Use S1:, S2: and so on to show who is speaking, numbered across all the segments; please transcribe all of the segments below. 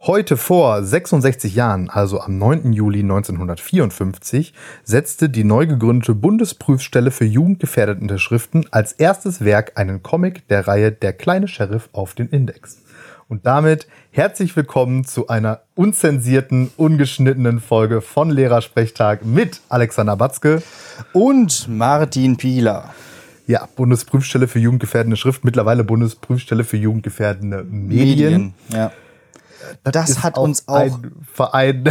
S1: Heute vor 66 Jahren, also am 9. Juli 1954, setzte die neu gegründete Bundesprüfstelle für jugendgefährdete Schriften als erstes Werk einen Comic der Reihe Der kleine Sheriff auf den Index. Und damit herzlich willkommen zu einer unzensierten, ungeschnittenen Folge von Lehrersprechtag mit Alexander Batzke.
S2: Und Martin Pieler.
S1: Ja, Bundesprüfstelle für jugendgefährdende Schrift, mittlerweile Bundesprüfstelle für jugendgefährdende Medien.
S2: Ja. Das
S1: Ist
S2: hat uns auch,
S1: ein Verein.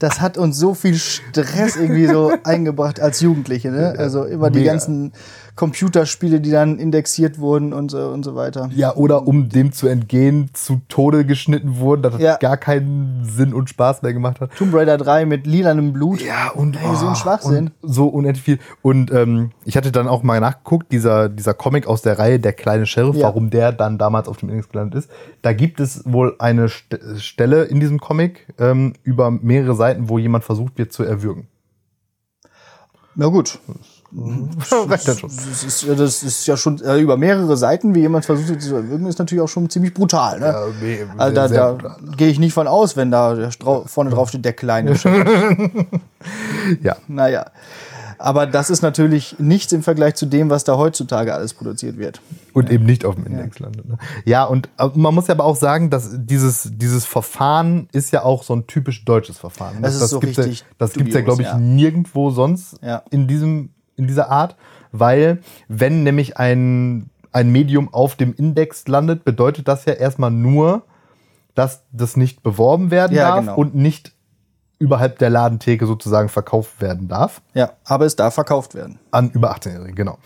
S2: das hat uns so viel Stress irgendwie so eingebracht als Jugendliche, ne? Also immer die
S1: Mega.
S2: ganzen Computerspiele, die dann indexiert wurden und so, und so weiter.
S1: Ja, oder um dem zu entgehen, zu Tode geschnitten wurden, dass das
S2: Ja.
S1: gar keinen Sinn und Spaß mehr gemacht hat.
S2: Tomb Raider 3 mit lilanem Blut.
S1: Ja, oh. und
S2: Ey, so ein Schwachsinn.
S1: Und so unendlich viel. Und ähm, ich hatte dann auch mal nachgeguckt, dieser, dieser Comic aus der Reihe Der kleine Sheriff,
S2: Ja.
S1: warum der dann damals auf dem Index gelandet ist. Da gibt es wohl eine St Stelle in diesem Comic ähm, über mehrere Seiten, wo jemand versucht wird zu erwürgen.
S2: Na gut.
S1: Reicht dann schon.
S2: Das ist, ja- das ist ja schon äh, über mehrere Seiten, wie jemand versucht sich zu erwürgen, ist natürlich auch schon ziemlich brutal, ne?
S1: Ja, nee,
S2: also da,
S1: sehr ne?
S2: da gehe ich nicht von aus, wenn da drau- vorne drauf steht, der kleine Chef.
S1: Ja.
S2: Naja. Aber das ist natürlich nichts im Vergleich zu dem, was da heutzutage alles produziert wird.
S1: Und eben nicht auf dem Index landet. Ne? Ja, und äh, man muss ja aber auch sagen, dass dieses, dieses Verfahren ist ja auch so ein typisch deutsches Verfahren. ne?
S2: Das ist so
S1: gibt's
S2: richtig
S1: ja, Das gibt's ja,
S2: dubios,
S1: glaube ich,
S2: ja.
S1: nirgendwo sonst
S2: Ja.
S1: in, diesem, in dieser Art, weil wenn nämlich ein, ein Medium auf dem Index landet, bedeutet das ja erstmal nur, dass das nicht beworben werden
S2: Ja,
S1: darf
S2: genau.
S1: und nicht überhalb der Ladentheke sozusagen verkauft werden darf
S2: Ja, aber es darf verkauft werden.
S1: an über 18-Jährigen, genau.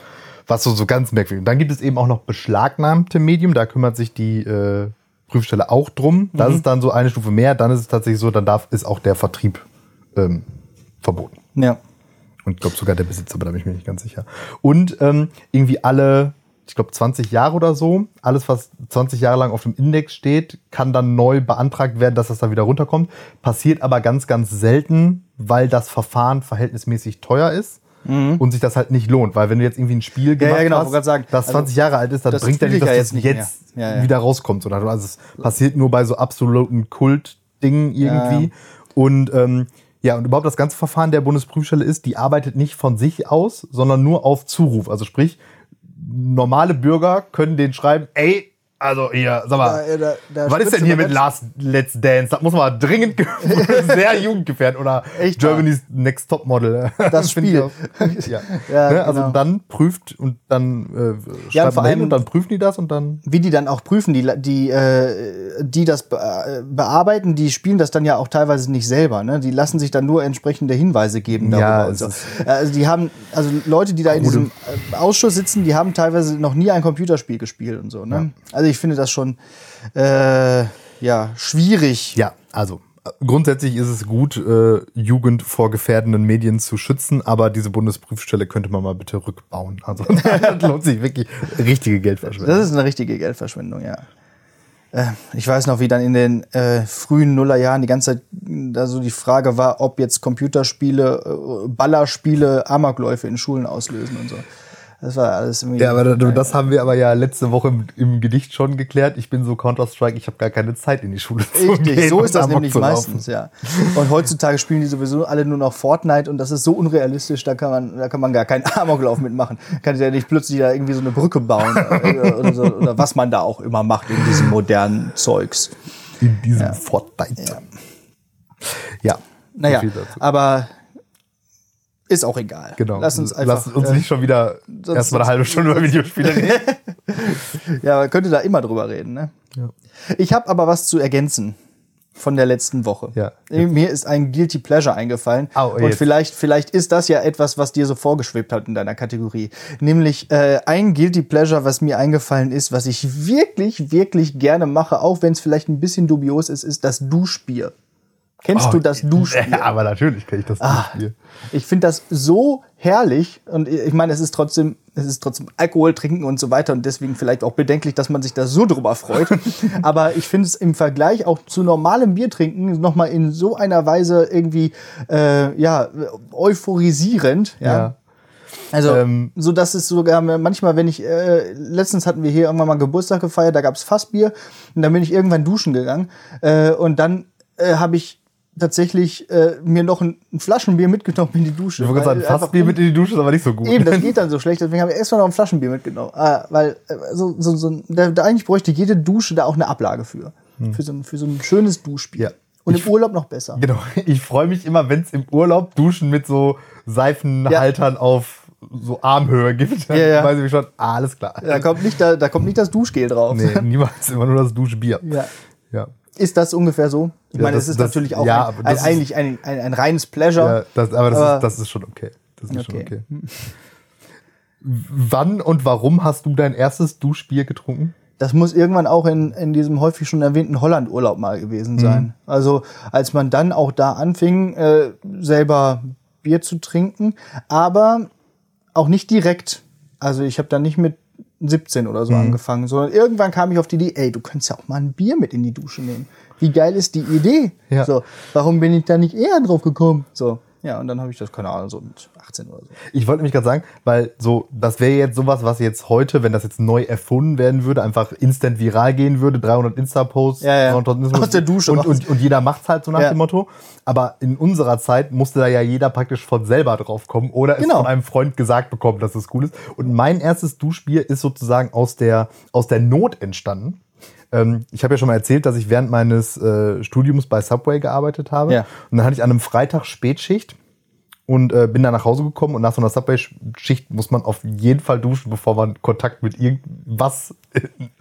S1: Was so, so ganz merkwürdig. Und dann gibt es eben auch noch beschlagnahmte Medium, da kümmert sich die äh, Prüfstelle auch drum. Das ist dann so eine Stufe mehr, dann ist es tatsächlich so, dann darf, ist auch der Vertrieb ähm, verboten.
S2: Ja.
S1: Und ich glaube sogar der Besitzer, aber da bin ich mir nicht ganz sicher. Und ähm, irgendwie alle, ich glaube 20 Jahre oder so, alles, was 20 Jahre lang auf dem Index steht, kann dann neu beantragt werden, dass das da wieder runterkommt. Passiert aber ganz, ganz selten, weil das Verfahren verhältnismäßig teuer ist. Und sich das halt nicht lohnt, weil wenn du jetzt irgendwie ein Spiel gemacht
S2: Mhm. ja, genau, wollte
S1: hast,
S2: grad sagen,
S1: das
S2: also,
S1: 20 Jahre alt ist, dann
S2: das
S1: bringt ja
S2: spiel
S1: nicht,
S2: ich
S1: dass
S2: ja
S1: das
S2: jetzt nicht
S1: jetzt
S2: mehr. Ja, ja.
S1: wieder rauskommt. Oder? so. Also es passiert nur bei so absoluten Kultdingen
S2: Ja,
S1: irgendwie.
S2: ja.
S1: Und ähm, ja, und überhaupt das ganze Verfahren der Bundesprüfstelle ist, die arbeitet nicht von sich aus, sondern nur auf Zuruf. Also sprich, normale Bürger können den schreiben, ey, also hier, sag mal,
S2: Da- da- da
S1: was ist
S2: spritzt
S1: denn hier
S2: immer
S1: mit Last Let's Dance? Das muss man mal dringend sehr jugendgefährdet oder
S2: Echt wahr?
S1: Germany's Next Top Model.
S2: Das
S1: Finde ich
S2: Spiel.
S1: auch. ja.
S2: Ja,
S1: ne? Also
S2: genau.
S1: dann prüft und dann äh, schreibt
S2: vor
S1: man hin
S2: allem-
S1: und dann prüfen die das und dann
S2: Wie die dann auch prüfen, die, die, äh, die das be äh, bearbeiten, die spielen das dann ja auch teilweise nicht selber. Ne? Die lassen sich dann nur entsprechende Hinweise geben darüber.
S1: Ja,
S2: und
S1: es
S2: so.
S1: ist-
S2: Also die haben, also Leute, die da in
S1: Gute-
S2: diesem äh, Ausschuss sitzen, die haben teilweise noch nie ein Computerspiel gespielt und so. Ne? Also ich finde das schon äh, ja, schwierig.
S1: Ja, also äh, grundsätzlich ist es gut, äh, Jugend vor gefährdenden Medien zu schützen, aber diese Bundesprüfstelle könnte man mal bitte rückbauen. Also das lohnt sich wirklich richtige Geldverschwendung.
S2: Das ist eine richtige Geldverschwendung, ja. Äh, Ich weiß noch, wie dann in den äh, frühen Nullerjahren die ganze Zeit mh, da so die Frage war, ob jetzt Computerspiele, äh, Ballerspiele, Amokläufe in Schulen auslösen und so. Das war alles irgendwie.
S1: Ja, aber das, das haben wir aber ja letzte Woche im, im Gedicht schon geklärt. Ich bin so Counter-Strike, ich habe gar keine Zeit in die Schule zu
S2: Richtig,
S1: gehen
S2: so
S1: und
S2: ist das
S1: Amok
S2: nämlich
S1: zu laufen.
S2: meistens, ja. Und heutzutage spielen die sowieso alle nur noch Fortnite und das ist so unrealistisch, da kann man, da kann man gar keinen Amoklauf mitmachen. Kann ja nicht plötzlich da irgendwie so eine Brücke bauen äh, oder, so, oder was man da auch immer macht in diesem modernen Zeugs.
S1: In diesem Fortnite. Ja.
S2: Naja,
S1: So viel dazu.
S2: aber ist auch egal.
S1: Genau.
S2: Lass uns einfach. äh,
S1: Lass uns nicht schon wieder erstmal eine
S2: sonst-
S1: halbe Stunde über Videospiele reden.
S2: äh, ja, man könnte da immer drüber reden. Ne?
S1: Ja.
S2: Ich habe aber was zu ergänzen von der letzten Woche.
S1: Ja.
S2: Mir ist ein Guilty Pleasure eingefallen.
S1: Au,
S2: und
S1: jetzt.
S2: vielleicht, vielleicht ist das ja etwas, was dir so vorgeschwebt hat in deiner Kategorie. Nämlich äh, ein Guilty Pleasure, was mir eingefallen ist, was ich wirklich, wirklich gerne mache, auch wenn es vielleicht ein bisschen dubios ist, ist das Duschbier.
S1: Oh,
S2: Kennst du Ah, das Duschbier?
S1: Ja, aber natürlich kenne ich das Duschspiel.
S2: Ich finde das so herrlich und ich meine, es ist trotzdem, es ist trotzdem Alkohol trinken und so weiter und deswegen vielleicht auch bedenklich, dass man sich da so drüber freut. Aber ich finde es im Vergleich auch zu normalem Bier trinken noch mal in so einer Weise irgendwie äh, ja euphorisierend. Ja.
S1: Ja.
S2: Also,
S1: Ähm.
S2: so dass es sogar manchmal, wenn ich, äh, letztens hatten wir hier irgendwann mal Geburtstag gefeiert, da gab's Fassbier und dann bin ich irgendwann duschen gegangen äh, und dann äh, habe ich tatsächlich äh, mir noch ein, ein Flaschenbier mitgenommen in die Dusche.
S1: Ich wollte
S2: weil
S1: gerade sagen,
S2: einfach um-
S1: Fassbier mit in die Dusche ist aber nicht so gut.
S2: Eben, das geht dann so schlecht, deswegen habe ich erstmal noch ein Flaschenbier mitgenommen. Ah, weil äh, so, so, so ein- da, da eigentlich bräuchte jede Dusche da auch eine Ablage für. Für, so ein, für so ein schönes Duschbier.
S1: Hm. Ja.
S2: Und im Urlaub noch besser.
S1: Genau. Ich freue mich immer, wenn es im Urlaub Duschen mit so Seifenhaltern auf so Armhöhe gibt. Dann
S2: Ja, ja.
S1: weiß ich schon, alles klar.
S2: Da kommt nicht, da, da kommt nicht das Duschgel drauf.
S1: Nee, niemals, immer nur das Duschbier.
S2: Ja.
S1: Ja.
S2: Ist das ungefähr so? Ich
S1: Ja,
S2: meine,
S1: das-
S2: es ist
S1: das-
S2: natürlich auch
S1: ja,
S2: ein,
S1: aber
S2: ein,
S1: das ist-
S2: eigentlich ein, ein, ein reines Pleasure.
S1: ja das, aber das,
S2: Aber-
S1: ist, das ist schon okay. Das ist schon okay.
S2: Okay.
S1: Wann und warum hast du dein erstes Duschbier getrunken?
S2: Das muss irgendwann auch in, in diesem häufig schon erwähnten Holland-Urlaub mal
S1: Mhm.
S2: gewesen sein. Also als man dann auch da anfing, äh, selber Bier zu trinken, aber auch nicht direkt. Also ich habe dann nicht mit 17 oder so
S1: Mhm.
S2: angefangen, sondern irgendwann kam ich auf die Idee, ey, du könntest ja auch mal ein Bier mit in die Dusche nehmen. Wie geil ist die Idee?
S1: Ja.
S2: So, warum bin ich da nicht eher drauf gekommen? So, ja, und dann habe ich das, keine Ahnung, so mit 18 oder so.
S1: Ich wollte nämlich gerade sagen, weil so, das wäre jetzt sowas, was jetzt heute, wenn das jetzt neu erfunden werden würde, einfach instant viral gehen würde, 300 Insta-Posts,
S2: Ja, ja.
S1: 300
S2: Aus der Dusche
S1: und,
S2: raus.
S1: und, und jeder macht's halt so nach
S2: Ja.
S1: dem Motto. Aber in unserer Zeit musste da ja jeder praktisch von selber drauf kommen oder es
S2: Genau.
S1: von einem Freund gesagt bekommen, dass es cool ist. Und mein erstes Duschbier ist sozusagen aus der, aus der Not entstanden. Ähm, ich habe ja schon mal erzählt, dass ich während meines äh, Studiums bei Subway gearbeitet habe.
S2: Ja.
S1: Und dann hatte ich an einem Freitag Spätschicht und äh, bin dann nach Hause gekommen und nach so einer Subway-Schicht muss man auf jeden Fall duschen, bevor man Kontakt mit irgendwas.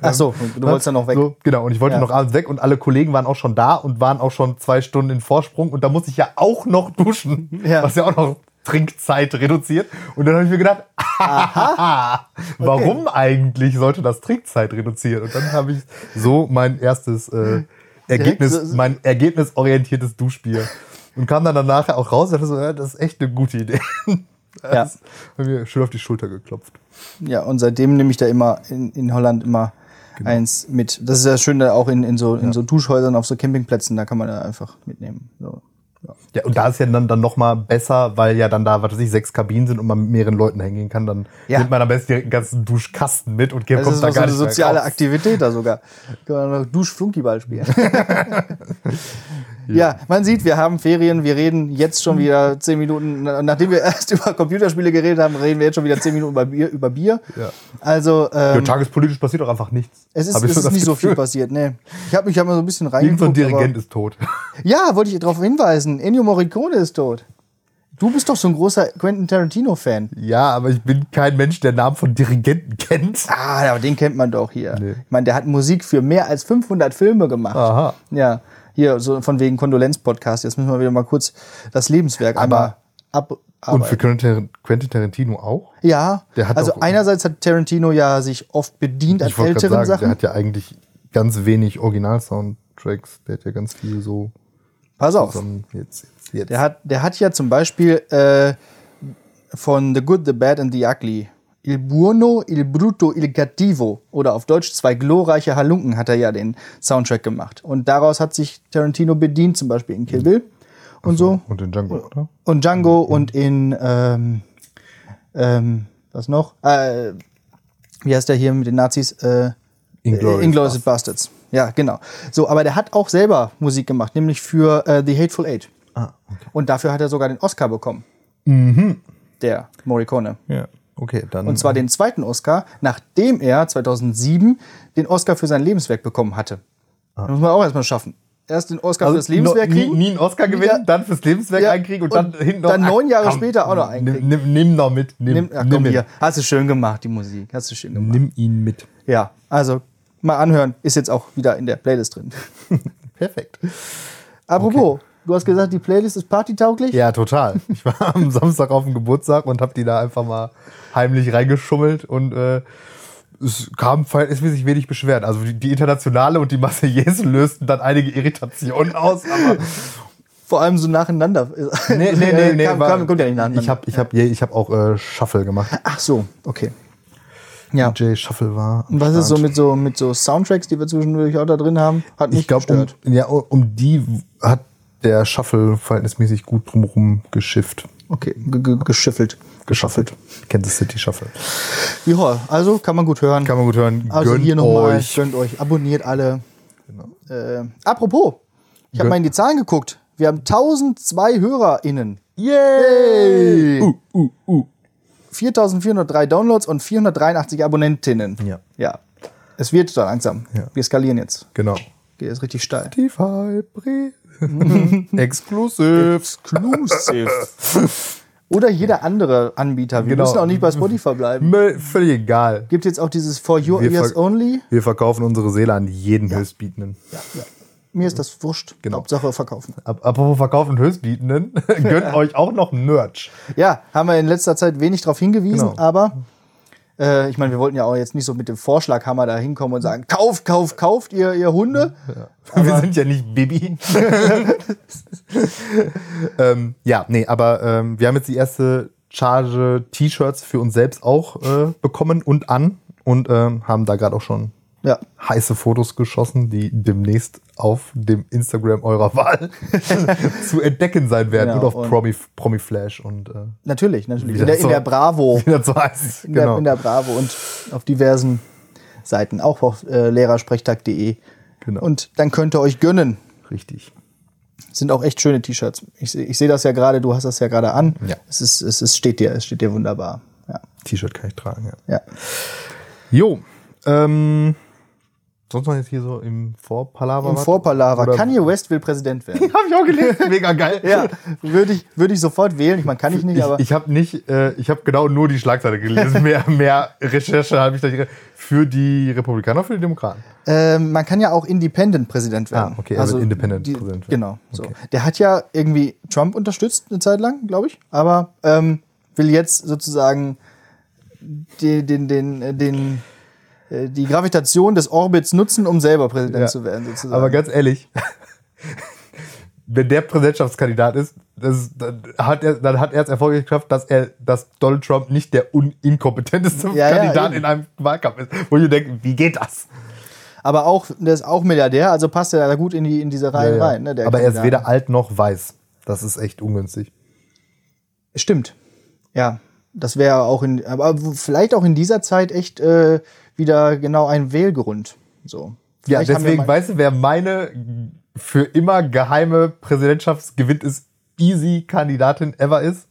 S2: Ach so, du wolltest dann noch weg.
S1: So, genau, und ich wollte
S2: Ja.
S1: noch abends weg und alle Kollegen waren auch schon da und waren auch schon zwei Stunden in Vorsprung und da muss ich ja auch noch duschen,
S2: Ja.
S1: was ja auch noch Trinkzeit reduziert. Und dann habe ich mir gedacht, warum eigentlich sollte das Trinkzeit reduzieren? Und dann habe ich so mein erstes äh, Ergebnis,
S2: so- so-
S1: mein ergebnisorientiertes Duschbier. Und kam dann danach auch raus und dachte so, ja, das ist echt eine gute Idee.
S2: Ja.
S1: Das Hat mir schön auf die Schulter geklopft.
S2: Ja, und seitdem nehme ich da immer in, in Holland immer
S1: Genau.
S2: eins mit. Das ist ja schön, da auch in, in, so, in so Duschhäusern auf so Campingplätzen, da kann man da einfach mitnehmen. So.
S1: Ja, und da ist ja dann, dann nochmal besser, weil ja dann da, was weiß ich, sechs Kabinen sind und man mit mehreren Leuten hingehen kann. Dann
S2: Ja.
S1: nimmt man am besten direkt einen ganzen Duschkasten mit und
S2: Das
S1: kommt
S2: ist
S1: da
S2: noch so
S1: gar
S2: eine
S1: nicht mehr
S2: soziale
S1: raus.
S2: Aktivität da sogar. Kann man noch Duschflunkyball spielen. ja, man sieht, wir haben Ferien, wir reden jetzt schon wieder zehn Minuten, na- nachdem wir erst über Computerspiele geredet haben, reden wir jetzt schon wieder zehn Minuten über Bier. Über Bier.
S1: Ja.
S2: Also,
S1: Ja,
S2: ähm,
S1: tagespolitisch passiert doch einfach nichts.
S2: es ist,
S1: Hab ich
S2: es
S1: so
S2: ist
S1: das
S2: nicht so viel
S1: Gefühl.
S2: passiert, ne. Ich habe mich ja mal so ein bisschen
S1: Irgend
S2: reingeguckt.
S1: so ein
S2: aber-
S1: Dirigent ist tot.
S2: Ja, wollte ich darauf hinweisen. Ennio Morricone ist tot. Du bist doch so ein großer Quentin Tarantino-Fan.
S1: Ja, aber ich bin kein Mensch, der Namen von Dirigenten kennt.
S2: Ah, aber den kennt man doch hier.
S1: Nee.
S2: Ich meine, der hat Musik für mehr als 500 Filme gemacht.
S1: Aha.
S2: Ja, hier, so von wegen Kondolenz-Podcast. Jetzt müssen wir wieder mal kurz das Lebenswerk einmal ab.
S1: Und für Quentin Tar- Quentin Tarantino auch?
S2: ja,
S1: Der hat
S2: also
S1: doch-
S2: einerseits hat Tarantino ja sich oft bedient an
S1: Ich wollte gerade
S2: älteren
S1: sagen, der
S2: Sachen.
S1: hat ja eigentlich ganz wenig Original-Soundtracks. Der hat ja ganz viel so
S2: Pass auf.
S1: zusammen. Jetzt, jetzt, jetzt.
S2: Der hat, der hat ja zum Beispiel äh, von The Good, The Bad and The Ugly. Il Buono, Il Brutto, Il Cattivo oder auf Deutsch zwei glorreiche Halunken hat er ja den Soundtrack gemacht. Und daraus hat sich Tarantino bedient, zum Beispiel in Kill Bill und so.
S1: Und den Django, oder?
S2: Und Django und in, ähm, ähm, was noch? Äh, wie heißt der hier mit den Nazis? Äh,
S1: Inglourious
S2: äh, Inglourious Bastards. Ja, genau. So, aber der hat auch selber Musik gemacht, nämlich für äh, The Hateful Eight.
S1: Ah, Mhm.
S2: Und dafür hat er sogar den Oscar bekommen. Der Morricone.
S1: ja. Okay, dann.
S2: Und zwar den zweiten Oscar, nachdem er 2007 den Oscar für sein Lebenswerk bekommen hatte. Das muss man auch erstmal schaffen. Erst den Oscar für das
S1: Ah.
S2: Lebenswerk
S1: Also no-
S2: kriegen.
S1: Nie, nie einen Oscar gewinnen,
S2: Ja.
S1: dann fürs Lebenswerk
S2: Ja.
S1: einkriegen und,
S2: Und
S1: dann hinten
S2: dann
S1: noch.
S2: neun Jahre
S1: Ach, komm,
S2: später auch noch
S1: Nimm,
S2: einkriegen.
S1: nimm, nimm noch mit. Nimm,
S2: Nimm, ach,
S1: nimm,
S2: komm
S1: mit.
S2: hier. Hast du schön gemacht, die Musik. Hast du schön gemacht.
S1: nimm ihn mit.
S2: Ja, also mal anhören. Ist jetzt auch wieder in der Playlist drin.
S1: Perfekt.
S2: Apropos, du hast gesagt, die Playlist ist partytauglich.
S1: Ja, total. Ich war am Samstag auf dem Geburtstag und habe die da einfach mal heimlich reingeschummelt und äh, es kam verhältnismäßig wenig Beschwerden. Also die, die Internationale und die Marseillaise lösten dann einige Irritationen aus, aber
S2: Vor allem so nacheinander.
S1: nee, nee, nee, nee,
S2: kam,
S1: war-
S2: kam, kommt ja nicht nacheinander.
S1: ich habe ich hab, je- ich hab auch äh, Shuffle gemacht.
S2: Ach so, okay. Ja.
S1: DJ Shuffle war. am
S2: Und was ist so
S1: Start.
S2: mit so mit so Soundtracks, die wir zwischendurch auch da drin haben? Hat mich
S1: Ich glaube, um,
S2: gestört.
S1: ja, um die hat der Shuffle verhältnismäßig gut drumherum geschifft.
S2: Okay, G -g geschiffelt. Geschaffelt.
S1: Kansas City Shuffle.
S2: Ja, also kann man gut hören.
S1: Kann man gut hören.
S2: also
S1: Gönnt
S2: hier nochmal,
S1: euch. Genau.
S2: gönnt euch, abonniert alle. Äh, apropos, ich habe
S1: Gönnt-
S2: mal in die Zahlen geguckt. Wir haben 1002 HörerInnen.
S1: Yay! Uh, uh, uh.
S2: 4.403 Downloads und 483 Abonnentinnen.
S1: Ja.
S2: Ja. Es wird so langsam.
S1: Ja.
S2: Wir skalieren jetzt.
S1: Genau.
S2: Geht jetzt richtig steil.
S1: Die Vibre. Exclusive.
S2: Exclusive. Oder jeder andere Anbieter. Wir
S1: Genau.
S2: müssen auch nicht bei Spotify bleiben.
S1: Mö, Völlig egal.
S2: Gibt jetzt auch dieses For Your
S1: Wir
S2: Ears
S1: ver-
S2: Only.
S1: Wir verkaufen unsere Seele an jeden Höchstbietenden.
S2: Ja, ja. Mir ist das wurscht.
S1: Genau.
S2: Hauptsache verkaufen.
S1: Ap- Apropos Verkaufen und Höchstbietenden, gönnt euch auch noch Merch.
S2: Ja, haben wir in letzter Zeit wenig darauf hingewiesen,
S1: Genau.
S2: aber äh, ich meine, wir wollten ja auch jetzt nicht so mit dem Vorschlaghammer da hinkommen und sagen, kauf, kauf, kauft ihr, ihr Hunde.
S1: Wir sind ja nicht Bibi. ähm, ja, nee, aber ähm, wir haben jetzt die erste Charge T-Shirts für uns selbst auch äh, bekommen und an und ähm, haben da gerade auch schon
S2: Ja,
S1: heiße Fotos geschossen, die demnächst auf dem Instagram eurer Wahl zu entdecken sein werden
S2: Genau,
S1: und auf
S2: und-
S1: Promi, Promi Flash und äh,
S2: natürlich, natürlich.
S1: Wieder
S2: In der, in
S1: so-
S2: der Bravo.
S1: wie das so heißt. Genau.
S2: In, der, in der Bravo und auf diversen Seiten, auch auf äh, lehrersprechtag.de.
S1: Genau.
S2: Und dann könnt ihr euch gönnen.
S1: Richtig.
S2: Sind auch echt schöne T-Shirts. Ich, seh- ich sehe das ja gerade, du hast das ja gerade an.
S1: Ja.
S2: Es, ist, es ist, steht dir, es steht dir wunderbar. Ja.
S1: T-Shirt kann ich tragen, ja.
S2: ja.
S1: Jo. Ähm, sonst noch jetzt hier so im Vorpalaver.
S2: Im
S1: was?
S2: Vorpalaver,
S1: Oder-
S2: Kanye West will Präsident werden.
S1: Hab ich auch gelesen. Mega geil.
S2: Ja, würde ich, würde ich sofort wählen. Ich meine, kann ich nicht, aber
S1: Ich, ich habe nicht, äh, ich habe genau nur die Schlagzeile gelesen. Mehr, mehr Recherche habe ich da nicht- für die Republikaner, für die Demokraten.
S2: ähm, man kann ja auch Independent-Präsident werden. Also
S1: Ah, okay, er wird Independent-Präsident
S2: die-
S1: werden.
S2: Genau. So. Der hat ja irgendwie Trump unterstützt eine Zeit lang, glaube ich, aber ähm, will jetzt sozusagen den, den, den, äh, den, äh, die Gravitation des Orbits nutzen, um selber Präsident
S1: Ja.
S2: zu werden, sozusagen.
S1: Aber ganz ehrlich, wenn der Präsidentschaftskandidat ist, das, ist- dann hat er, dann hat er es erfolgreich geschafft, dass er, dass Donald Trump nicht der un- inkompetenteste
S2: Ja, ja,
S1: Kandidat
S2: eben.
S1: in einem Wahlkampf ist. Wo ich mir denke, wie geht das?
S2: aber auch, der ist auch Milliardär, also passt er da gut in, die, in diese Reihe
S1: Ja, ja.
S2: rein. Ne, der
S1: Aber er ist
S2: Kandidat.
S1: weder alt noch weiß. Das ist echt ungünstig.
S2: Stimmt. Ja, das wäre auch in, aber w- vielleicht auch in dieser Zeit echt äh, wieder genau ein Wählgrund. So.
S1: Ja,
S2: Vielleicht haben wir
S1: deswegen,
S2: mal-
S1: weißt du, wer meine für immer geheime Präsidentschaftsgewinn ist, easy Kandidatin ever ist?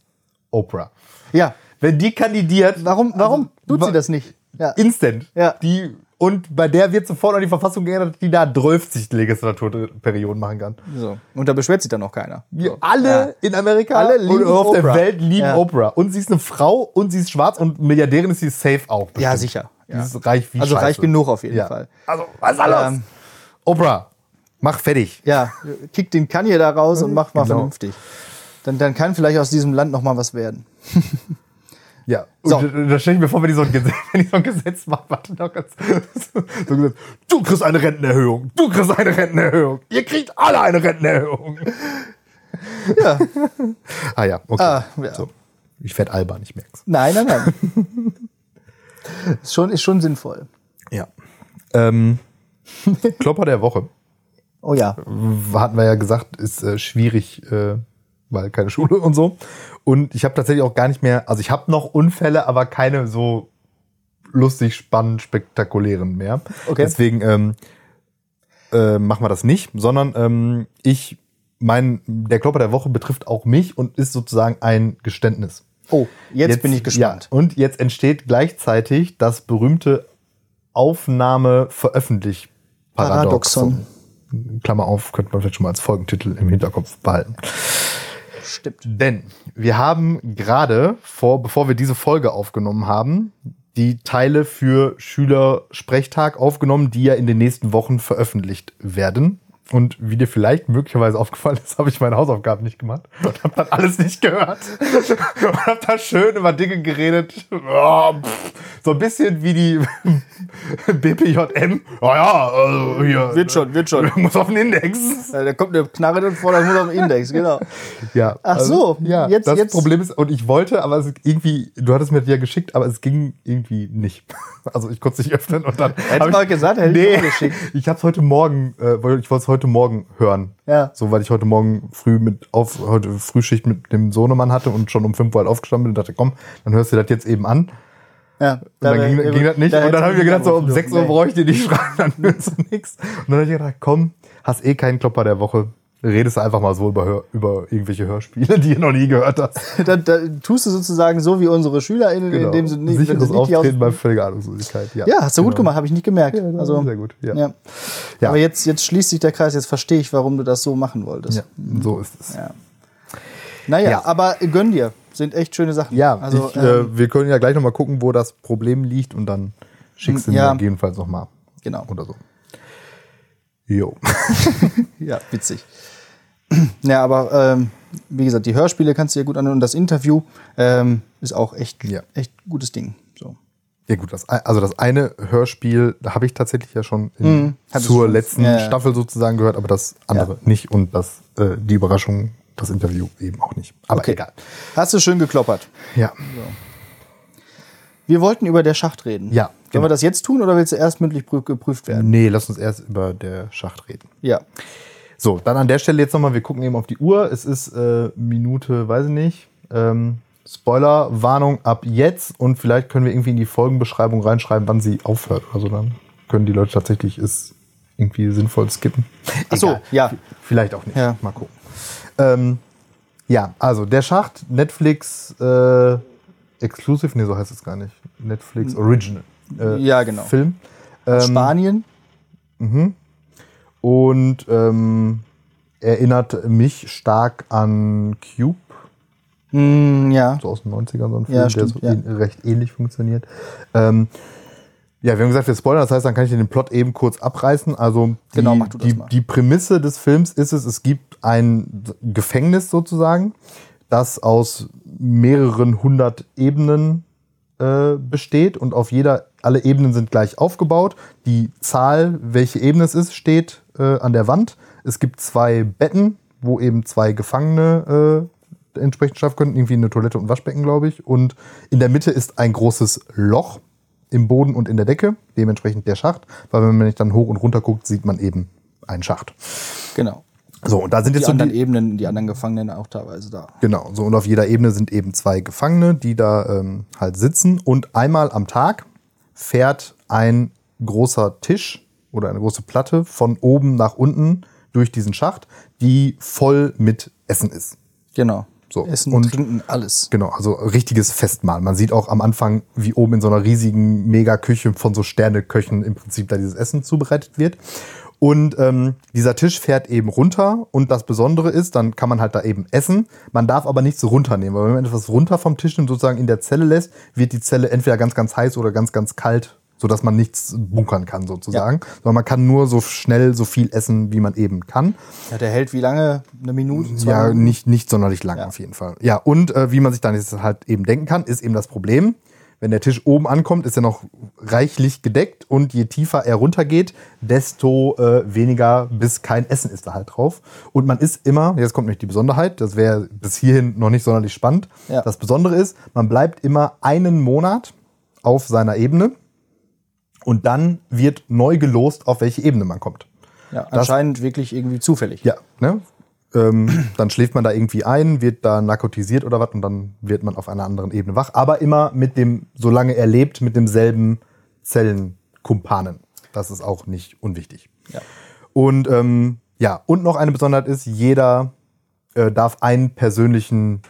S1: Oprah.
S2: Ja,
S1: Wenn die kandidiert,
S2: warum, warum tut
S1: Also, wa-
S2: sie das nicht? Ja.
S1: instant.
S2: Ja.
S1: Die, und bei der wird sofort auch die Verfassung geändert, die da 12 Legislaturperioden machen kann.
S2: So. Und da beschwert sich dann auch keiner.
S1: Wir alle in Amerika
S2: Alle lieben
S1: und auf der
S2: Oprah.
S1: Welt lieben
S2: Ja.
S1: Oprah. Und sie ist eine Frau und sie ist schwarz und Milliardärin ist sie safe auch. Bestimmt.
S2: Ja, sicher.
S1: Die
S2: Ja.
S1: ist reich wie
S2: Also
S1: Scheiße.
S2: reich genug auf jeden
S1: ja.
S2: Fall.
S1: Also, was ist da los?
S2: Ähm.
S1: Oprah, mach fertig.
S2: Ja, kick den Kanye da raus und mach mal
S1: Genau.
S2: vernünftig. Dann, dann kann vielleicht aus diesem Land noch mal was werden.
S1: Ja,
S2: So.
S1: und da- da stelle ich mir vor, wenn ich so ein Gesetz, wenn ich so ein Gesetz mache, warte noch ganz, so ein Gesetz, du kriegst eine Rentenerhöhung, du kriegst eine Rentenerhöhung, ihr kriegt alle eine Rentenerhöhung.
S2: Ja.
S1: ah ja, okay.
S2: Ah, ja.
S1: So. Ich werd albern, ich merk's.
S2: Nein, nein, nein. ist, schon, ist schon sinnvoll.
S1: Ja. Ähm, Klopper der Woche,
S2: Oh ja.
S1: W- hatten wir ja gesagt, ist äh, schwierig, äh, weil keine Schule und so. Und ich habe tatsächlich auch gar nicht mehr, also ich habe noch Unfälle, aber keine so lustig, spannend, spektakulären mehr.
S2: Okay.
S1: Deswegen ähm, äh, machen wir das nicht, sondern ähm, ich, mein, der Klopper der Woche betrifft auch mich und ist sozusagen ein Geständnis.
S2: Oh, jetzt, bin ich gespannt.
S1: Ja, und jetzt entsteht gleichzeitig das berühmte Aufnahme-Veröffentlich-Paradoxon. Klammer auf, könnte man vielleicht schon mal als Folgentitel im Hinterkopf behalten.
S2: Stimmt.
S1: Denn wir haben gerade, vor, bevor wir diese Folge aufgenommen haben, die Teile für Schülersprechtag aufgenommen, die ja in den nächsten Wochen veröffentlicht werden. Und wie dir vielleicht möglicherweise aufgefallen ist, habe ich meine Hausaufgaben nicht gemacht und habe dann alles nicht gehört. und habe da schön über Dinge geredet. Oh, pff, so ein bisschen wie die BPJM. Oh ja, also hier.
S2: Wird schon, wird schon.
S1: Muss auf den Index.
S2: Ja, Äh, Da kommt eine Knarre dann vor, dann muss auf den Index, genau.
S1: Ja. also,
S2: Ach so,
S1: ja,
S2: jetzt-
S1: das
S2: jetzt-
S1: Problem ist, und ich wollte, aber es irgendwie, du hattest mir die ja geschickt, aber es ging irgendwie nicht. Also ich konnte es nicht öffnen und dann. hab
S2: mal gesagt, hätte ich
S1: nee,
S2: auch geschickt.
S1: Ich habe es heute Morgen, äh, woll- ich wollte es heute Morgen hören.
S2: Ja.
S1: So, weil ich heute Morgen früh mit auf, heute Frühschicht mit dem Sohnemann hatte und schon um 5 Uhr halt aufgestanden bin und dachte, komm, dann hörst du das jetzt eben an.
S2: Ja,
S1: Und dann
S2: da-
S1: ging, ging das nicht.
S2: da
S1: und dann
S2: hätte
S1: habe ich mir gedacht, so um
S2: angerufen
S1: 6 Uhr
S2: dürfen.
S1: brauche ich dir nicht schreiben, dann hörst du nichts. Und dann habe ich gedacht, komm, hast eh keinen Klopper der Woche. Redest einfach mal so über, Hör- über irgendwelche Hörspiele, die ihr noch nie gehört hast.
S2: Nee. Da, da tust du sozusagen so wie unsere SchülerInnen, indem sie nicht, wenn
S1: Genau. Sicheres
S2: sie nicht aus,
S1: Auftreten bei völliger Ahnungslosigkeit. Ja,
S2: Ja, hast du gut gemacht, habe ich nicht gemerkt.
S1: Ja,
S2: also,
S1: sehr gut. Ja.
S2: Ja.
S1: Ja.
S2: Aber jetzt, jetzt schließt sich der Kreis, jetzt verstehe ich, warum du das so machen wolltest.
S1: Ja, so ist es. Ja,
S2: Naja,
S1: Ja.
S2: aber gönn dir. Sind echt schöne Sachen. also,
S1: ich,
S2: ähm,
S1: äh, wir können ja gleich nochmal gucken, wo das Problem liegt und dann schickst du
S2: Ja.
S1: mir gegebenenfalls nochmal.
S2: Genau.
S1: Oder so. Jo. äh,
S2: ja, witzig. Ja, aber ähm, wie gesagt, die Hörspiele kannst du dir gut anhören und das Interview ähm, ist auch echt,
S1: Ja.
S2: echt gutes Ding. So.
S1: Ja gut, das, also das eine Hörspiel da habe ich tatsächlich ja schon in,
S2: Mhm. hattest
S1: zur
S2: du.
S1: letzten
S2: Ja, ja.
S1: Staffel sozusagen gehört, aber das andere nicht und das äh, die Überraschung, das Interview eben auch nicht. Aber
S2: Okay.
S1: egal.
S2: Hast du schön gekloppert.
S1: Ja,
S2: Wir wollten über der Schacht reden.
S1: Ja,
S2: Sollen
S1: genau.
S2: wir das jetzt tun oder willst du erst mündlich prüf- geprüft werden?
S1: nee, lass uns erst über der Schacht reden.
S2: Ja.
S1: So, dann an der Stelle jetzt nochmal, wir gucken eben auf die Uhr. Es ist äh, Minute, weiß ich nicht. Ähm, Spoiler, Warnung ab jetzt und vielleicht können wir irgendwie in die Folgenbeschreibung reinschreiben, wann sie aufhört. Also dann können die Leute tatsächlich es irgendwie sinnvoll skippen.
S2: Ach so,
S1: Egal.
S2: ja.
S1: Vielleicht auch nicht.
S2: Ja.
S1: Mal gucken. Ähm, ja, also der Schacht, Netflix äh, Exclusive, nee, so heißt es gar nicht. Netflix Original. äh,
S2: Ja, genau.
S1: Film. Ähm,
S2: Spanien?
S1: und ähm, erinnert mich stark an Cube,
S2: Mm, ja.
S1: so aus den 90ern, so ein Film,
S2: Ja,
S1: der so
S2: stimmt, ja.
S1: ähn- recht ähnlich funktioniert. Ähm, ja, wir haben gesagt, wir spoilern, das heißt, dann kann ich dir den Plot eben kurz abreißen. Also die,
S2: Genau, mach du das
S1: die,
S2: mal.
S1: die Prämisse des Films ist es, es gibt ein Gefängnis sozusagen, das aus mehreren hundert Ebenen äh, besteht und auf jeder, alle Ebenen sind gleich aufgebaut. Die Zahl, welche Ebene es ist, steht äh, an der Wand. Es gibt zwei Betten, wo eben zwei Gefangene äh, entsprechend schlafen können, irgendwie eine Toilette und Waschbecken, glaube ich. Und in der Mitte ist ein großes Loch im Boden und in der Decke, dementsprechend der Schacht, weil wenn man nicht dann hoch und runter guckt, sieht man eben einen Schacht.
S2: Genau.
S1: So, Also und da sind
S2: Die
S1: jetzt so
S2: anderen Ebenen, die anderen Gefangenen auch teilweise da.
S1: Genau, so und auf jeder Ebene sind eben zwei Gefangene, die da ähm, halt sitzen. Und einmal am Tag fährt ein großer Tisch oder eine große Platte von oben nach unten durch diesen Schacht, die voll mit Essen ist.
S2: Genau.
S1: So,
S2: Essen,
S1: und-
S2: Trinken, alles.
S1: Genau, also richtiges Festmahl. Man sieht auch am Anfang, wie oben in so einer riesigen Megaküche von so Sterneköchen im Prinzip da dieses Essen zubereitet wird. Und ähm, dieser Tisch fährt eben runter und das Besondere ist, dann kann man halt da eben essen. Man darf aber nichts runternehmen, weil wenn man etwas runter vom Tisch nimmt, sozusagen in der Zelle lässt, wird die Zelle entweder ganz, ganz heiß oder ganz, ganz kalt, sodass man nichts bunkern kann sozusagen. Sondern man kann nur so schnell so viel essen, wie man eben kann.
S2: Ja, der hält wie lange? Eine Minute? Zwei
S1: Ja,
S2: Minuten?
S1: nicht, nicht sonderlich lang auf jeden Fall. Ja, und äh, wie man sich dann jetzt halt eben denken kann, ist eben das Problem. Wenn der Tisch oben ankommt, ist er noch reichlich gedeckt und je tiefer er runtergeht, desto äh, weniger bis kein Essen ist da halt drauf. Und man ist immer, jetzt kommt nämlich die Besonderheit, das wäre bis hierhin noch nicht sonderlich spannend.
S2: Ja.
S1: Das Besondere ist, man bleibt immer einen Monat auf seiner Ebene und dann wird neu gelost, auf welche Ebene man kommt.
S2: Ja, anscheinend wirklich irgendwie zufällig.
S1: Ja, ne? Ähm, dann schläft man da irgendwie ein, wird da narkotisiert oder was und dann wird man auf einer anderen Ebene wach. Aber immer mit dem, solange er lebt, mit demselben Zellenkumpanen. Das ist auch nicht unwichtig.
S2: Ja.
S1: Und ähm, ja, und noch eine Besonderheit ist, jeder äh, darf einen persönlichen,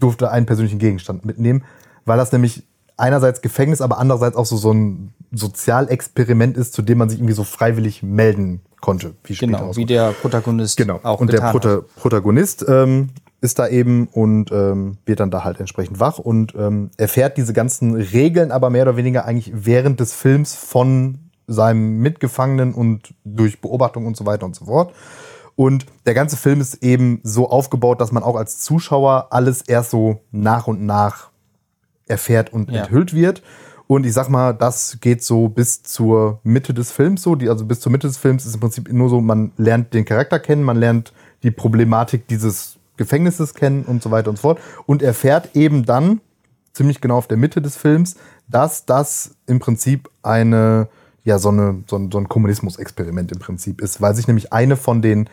S1: durfte einen persönlichen Gegenstand mitnehmen, weil das nämlich einerseits Gefängnis, aber andererseits auch so, so ein Sozialexperiment ist, zu dem man sich irgendwie so freiwillig melden konnte. Wie später
S2: Genau, wie
S1: rauskommt.
S2: der Protagonist
S1: Genau.
S2: auch
S1: und der
S2: getan
S1: Prota
S2: hat.
S1: Protagonist ähm, ist da eben und ähm, wird dann da halt entsprechend wach und ähm, erfährt diese ganzen Regeln aber mehr oder weniger eigentlich während des Films von seinem Mitgefangenen und durch Beobachtung und so weiter und so fort. Und der ganze Film ist eben so aufgebaut, dass man auch als Zuschauer alles erst so nach und nach erfährt und
S2: Ja.
S1: enthüllt wird. Und ich sag mal, das geht so bis zur Mitte des Films so. Die, also bis zur Mitte des Films ist im Prinzip nur so, man lernt den Charakter kennen, man lernt die Problematik dieses Gefängnisses kennen und so weiter und so fort. Und erfährt eben dann, ziemlich genau auf der Mitte des Films, dass das im Prinzip eine ja so, eine, so ein, so ein Kommunismus-Experiment im Prinzip ist, weil sich nämlich eine von den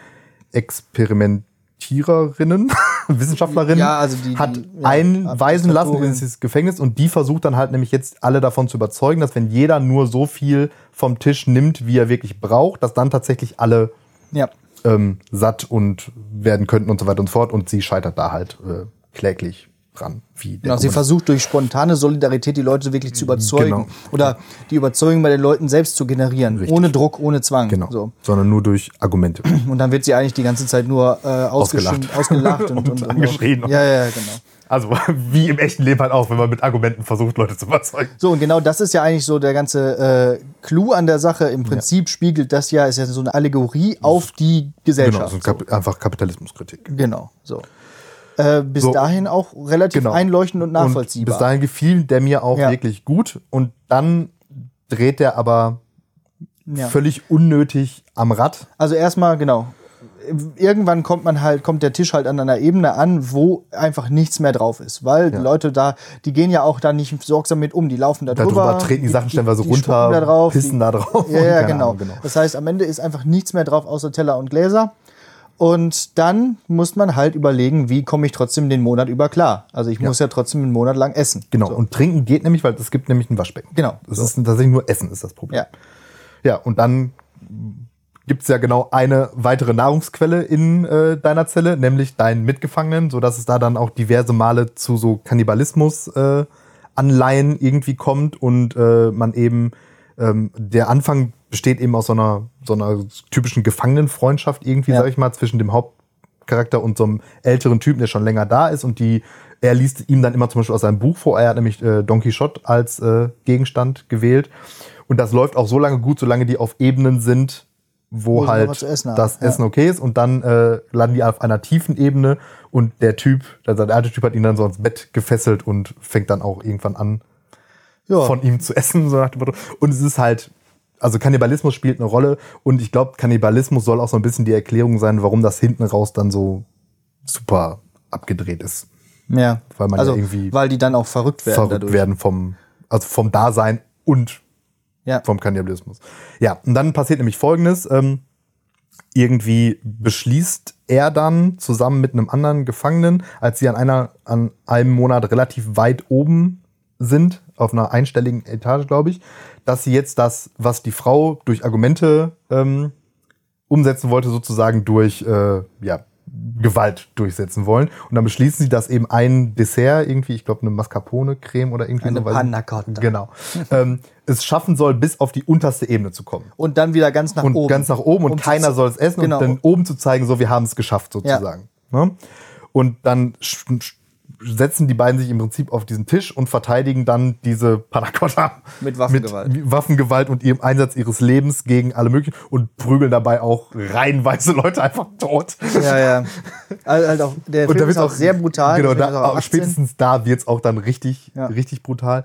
S1: Experimentiererinnen, Wissenschaftlerinnen,
S2: Ja, also die- die-
S1: hat
S2: ja,
S1: einweisen lassen
S2: Administratorin.
S1: ins ins Gefängnis und die versucht dann halt nämlich jetzt alle davon zu überzeugen, dass wenn jeder nur so viel vom Tisch nimmt, wie er wirklich braucht, dass dann tatsächlich alle
S2: Ja.
S1: ähm, satt und werden könnten und so weiter und so fort. Und sie scheitert da halt äh, kläglich dran. Wie der
S2: Genau, sie
S1: Kommunist-
S2: versucht durch spontane Solidarität die Leute wirklich zu überzeugen
S1: Genau.
S2: oder die Überzeugung bei den Leuten selbst zu generieren,
S1: Richtig.
S2: ohne Druck, ohne Zwang.
S1: genau.
S2: So.
S1: Sondern nur durch Argumente.
S2: Und dann wird sie eigentlich die ganze Zeit nur äh, ausgelacht.
S1: Ausgelacht.
S2: ausgelacht und,
S1: Und
S2: und, und
S1: angeschrien.
S2: Ja, ja, genau.
S1: Also wie im echten Leben halt auch, wenn man mit Argumenten versucht, Leute zu überzeugen.
S2: So, und genau das ist ja eigentlich so der ganze äh, Clou an der Sache. Im Prinzip spiegelt das ja, ist ja so eine Allegorie auf die
S1: Genau,
S2: Gesellschaft.
S1: so Kap einfach Kapitalismuskritik.
S2: Genau, so. Äh, bis
S1: So.
S2: dahin auch relativ
S1: Genau.
S2: einleuchtend und
S1: Und bis
S2: nachvollziehbar.
S1: dahin gefiel der mir auch
S2: Ja.
S1: wirklich gut. Und dann dreht er aber
S2: ja.
S1: völlig unnötig am Rad.
S2: Also erstmal, genau. Irgendwann kommt man halt, kommt der Tisch halt an einer Ebene an, wo einfach nichts mehr drauf ist. Weil die Leute da, die gehen ja auch da nicht sorgsam mit um, die laufen da,
S1: Da
S2: drüber.
S1: drüber treten die Sachen stellenweise
S2: die
S1: runter,
S2: spucken da drauf,
S1: pissen da drauf.
S2: Ja,
S1: und
S2: ja
S1: keine
S2: genau.
S1: Ahnung,
S2: Das heißt, am Ende ist einfach nichts mehr drauf außer Teller und Gläser. Und dann muss man halt überlegen, wie komme ich trotzdem den Monat über klar. Also ich muss ja trotzdem einen Monat lang essen.
S1: Genau,
S2: So.
S1: und trinken geht nämlich, weil es gibt nämlich ein Waschbecken.
S2: Genau.
S1: Das ist tatsächlich nur Essen ist das Problem.
S2: Ja.
S1: Ja, und dann gibt's ja genau eine weitere Nahrungsquelle in äh, deiner Zelle, nämlich deinen Mitgefangenen, sodass es da dann auch diverse Male zu so Kannibalismus äh, Anleihen irgendwie kommt und äh, man eben ähm, der Anfang besteht eben aus so einer so einer typischen Gefangenenfreundschaft irgendwie,
S2: Ja.
S1: sag ich mal, zwischen dem Hauptcharakter und so einem älteren Typen, der schon länger da ist und die er liest ihm dann immer zum Beispiel aus seinem Buch vor. Er hat nämlich äh, Don Quixote als äh, Gegenstand gewählt. Und das läuft auch so lange gut, solange die auf Ebenen sind, wo,
S2: Wo sie noch was
S1: halt
S2: zu essen haben,
S1: das
S2: ja.
S1: Essen okay ist. Und dann äh, landen die auf einer tiefen Ebene und der Typ, also der alte Typ hat ihn dann so ans Bett gefesselt und fängt dann auch irgendwann an,
S2: Ja.
S1: von ihm zu essen. So nach dem Motto. Und es ist halt, also Kannibalismus spielt eine Rolle und ich glaube, Kannibalismus soll auch so ein bisschen die Erklärung sein, warum das hinten raus dann so super abgedreht ist.
S2: ja.
S1: weil man ja
S2: also,
S1: irgendwie
S2: weil die dann auch verrückt werden
S1: verrückt
S2: dadurch.
S1: werden vom, also vom Dasein und
S2: Ja.
S1: vom Kannibalismus. Ja, und dann passiert nämlich Folgendes. Ähm, irgendwie beschließt er dann zusammen mit einem anderen Gefangenen, als sie an einer, an einem Monat relativ weit oben sind, auf einer einstelligen Etage, glaube ich, dass sie jetzt das, was die Frau durch Argumente ähm, umsetzen wollte, sozusagen durch äh, ja, Gewalt durchsetzen wollen. Und dann beschließen sie, dass eben ein Dessert, irgendwie, ich glaube, eine Mascarpone-Creme oder irgendwie
S2: Eine
S1: so, weiß ich-
S2: Panna Cotta.
S1: Genau. ähm, es schaffen soll, bis auf die unterste Ebene zu kommen
S2: Und dann wieder ganz nach
S1: und
S2: oben.
S1: ganz nach oben und
S2: Um zu-
S1: keiner soll es essen
S2: Genau.
S1: und dann oben zu zeigen, so wir haben es geschafft sozusagen. Ne? Und dann sch- sch- setzen die beiden sich im Prinzip auf diesen Tisch und verteidigen dann diese Panacotta
S2: Mit Waffengewalt.
S1: mit Waffengewalt und ihrem Einsatz ihres Lebens gegen alle möglichen und prügeln dabei auch reihenweise Leute einfach tot.
S2: Ja, ja. Also halt auch, der
S1: Und
S2: Film
S1: da wird's
S2: ist auch sehr brutal.
S1: Genau,
S2: deswegen ist er
S1: da,
S2: auch
S1: aber
S2: 18.
S1: spätestens da wird's auch dann richtig,
S2: Ja.
S1: richtig brutal.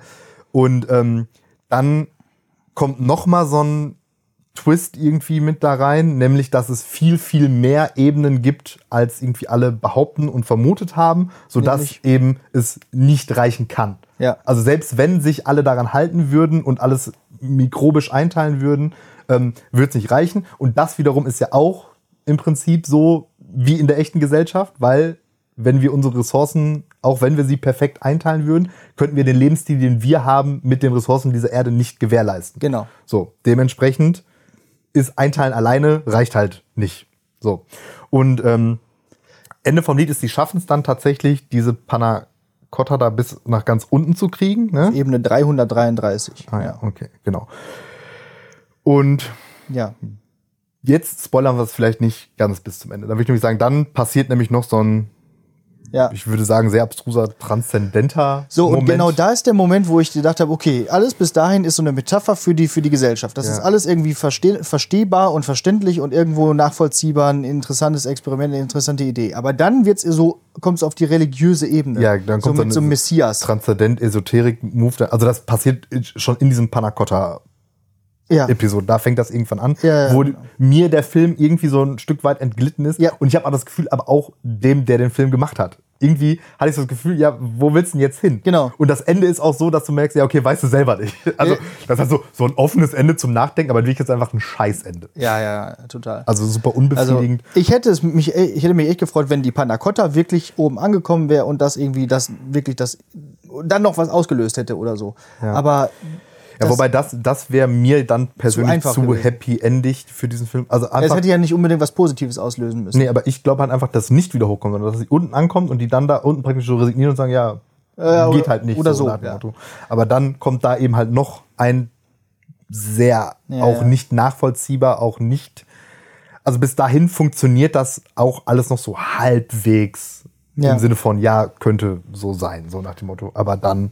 S1: Und ähm, dann kommt noch mal so ein Twist irgendwie mit da rein, nämlich dass es viel, viel mehr Ebenen gibt, als irgendwie alle behaupten und vermutet haben, sodass
S2: Nämlich?
S1: eben es nicht reichen kann.
S2: Ja.
S1: Also selbst wenn sich alle daran halten würden und alles mikrobisch einteilen würden, ähm, würde es nicht reichen. Und das wiederum ist ja auch im Prinzip so wie in der echten Gesellschaft, weil wenn wir unsere Ressourcen, auch wenn wir sie perfekt einteilen würden, könnten wir den Lebensstil, den wir haben, mit den Ressourcen dieser Erde nicht gewährleisten.
S2: Genau.
S1: So, dementsprechend ist Einteilen alleine, reicht halt nicht. So. Und ähm, Ende vom Lied ist, die schaffen es dann tatsächlich, diese Panna Cotta da bis nach ganz unten zu kriegen. Ne?
S2: Ebene 333.
S1: Ah ja, okay, genau. Und
S2: Ja.
S1: jetzt spoilern wir es vielleicht nicht ganz bis zum Ende. Dann würde ich nämlich sagen, dann passiert nämlich noch so ein,
S2: Ja.
S1: ich würde sagen, sehr abstruser, transzendenter
S2: So, und
S1: Moment.
S2: genau da ist der Moment, wo ich gedacht habe, okay, alles bis dahin ist so eine Metapher für die, für die Gesellschaft. Das
S1: Ja.
S2: ist alles irgendwie verste verstehbar und verständlich und irgendwo nachvollziehbar, ein interessantes Experiment, eine interessante Idee. Aber dann wird's ihr so, kommt es auf die religiöse Ebene.
S1: Ja, dann
S2: so
S1: kommt
S2: mit
S1: dann
S2: so einem
S1: dieses
S2: Messias.
S1: Transzendent, Esoterik, Move. da- Also das passiert schon in diesem Panacotta
S2: Ja.
S1: Episoden. Da fängt das irgendwann an,
S2: Ja, ja,
S1: wo
S2: genau.
S1: mir der Film irgendwie so ein Stück weit entglitten ist.
S2: Ja.
S1: Und ich habe auch das Gefühl, aber auch dem, der den Film gemacht hat. Irgendwie hatte ich so das Gefühl, ja, wo willst du denn jetzt hin?
S2: Genau.
S1: Und das Ende ist auch so, dass du merkst, ja, okay, weißt du selber nicht. Also,
S2: Äh.
S1: das ist so, so ein offenes Ende zum Nachdenken, aber wirklich jetzt einfach ein Scheißende.
S2: Ja, ja, total.
S1: Also super
S2: Also
S1: unbefriedigend.
S2: ich hätte es mich, äh, ich hätte mich echt gefreut, wenn die Panna Cotta wirklich oben angekommen wäre und das irgendwie das wirklich das dann noch was ausgelöst hätte oder so. Aber
S1: ja,
S2: Also das-
S1: wobei das, das wäre mir dann persönlich zu,
S2: einfach gewesen.
S1: happy-endig für diesen Film. Also
S2: es
S1: einfach,
S2: hätte ja nicht unbedingt was Positives auslösen müssen.
S1: nee, aber ich glaube halt einfach, dass nicht wieder hochkommt, sondern dass sie unten ankommt und die dann da unten praktisch so resignieren und sagen, ja,
S2: Ja,
S1: geht
S2: oder-
S1: halt nicht
S2: oder so,
S1: nach dem
S2: ja.
S1: Motto. Aber dann kommt da eben halt noch ein sehr
S2: Ja,
S1: auch
S2: ja.
S1: nicht nachvollziehbar, auch nicht. Also bis dahin funktioniert das auch alles noch so halbwegs
S2: Ja.
S1: im Sinne von ja könnte so sein, so nach dem Motto. Aber dann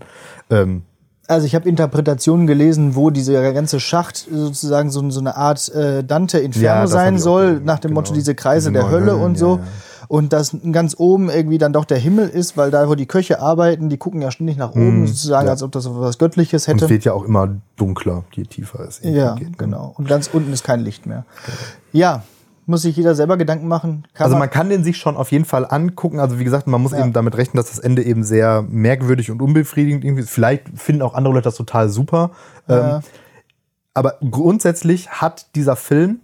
S1: ähm,
S2: Also ich habe Interpretationen gelesen, wo dieser ganze Schacht sozusagen so, so eine Art äh, Dante
S1: Ja,
S2: Inferno
S1: das hab
S2: sein
S1: ich auch
S2: soll,
S1: gelesen,
S2: nach dem
S1: genau.
S2: Motto diese Kreise
S1: Diese
S2: der
S1: neun
S2: Hölle
S1: Höllen,
S2: und so.
S1: ja, ja.
S2: Und dass ganz oben irgendwie dann doch der Himmel ist, weil da, wo die Köche arbeiten, die gucken ja ständig nach oben, sozusagen,
S1: Hm, ja.
S2: als ob das was Göttliches
S1: und
S2: hätte.
S1: es wird ja auch immer dunkler, je tiefer es irgendwie
S2: Ja,
S1: geht. ne?
S2: genau. Und ganz unten ist kein Licht mehr. Ja, muss sich jeder selber Gedanken machen. Kann
S1: Also man kann den sich schon auf jeden Fall angucken. Also wie gesagt, man muss eben damit rechnen, dass das Ende eben sehr merkwürdig und unbefriedigend irgendwie ist. Vielleicht finden auch andere Leute das total super. Ähm, aber grundsätzlich hat dieser Film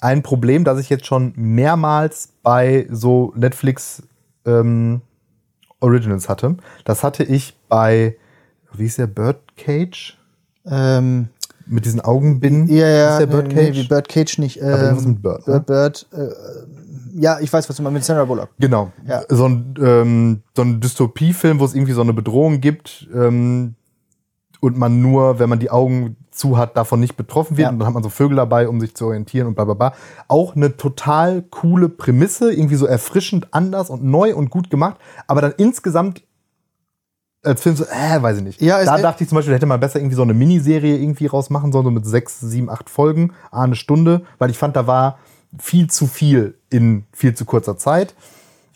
S1: ein Problem, das ich jetzt schon mehrmals bei so Netflix ähm, Originals hatte. Das hatte ich bei, wie ist der, Birdcage?
S2: ähm,
S1: Mit diesen Augenbinden?
S2: ja, ja,
S1: Ist der
S2: nee, nee,
S1: Birdcage?
S2: wie Birdcage nicht.
S1: irgendwas
S2: Ähm,
S1: mit Bird, ne?
S2: Bird, Bird äh, ja, ich weiß, was du meinst, mit Sandra Bullock.
S1: Genau.
S2: Ja.
S1: So ein, ähm, so ein Dystopiefilm, wo es irgendwie so eine Bedrohung gibt ähm, und man nur, wenn man die Augen zu hat, davon nicht betroffen wird.
S2: Ja.
S1: Und dann hat man so Vögel dabei, um sich zu orientieren und bla bla bla. Auch eine total coole Prämisse, irgendwie so erfrischend anders und neu und gut gemacht, aber dann insgesamt als Film so, äh, weiß ich nicht.
S2: Ja, es-
S1: da dachte ich zum Beispiel, da hätte man besser irgendwie so eine Miniserie irgendwie rausmachen sollen, so mit sechs, sieben, acht Folgen, ah, eine Stunde, weil ich fand, da war viel zu viel in viel zu kurzer Zeit.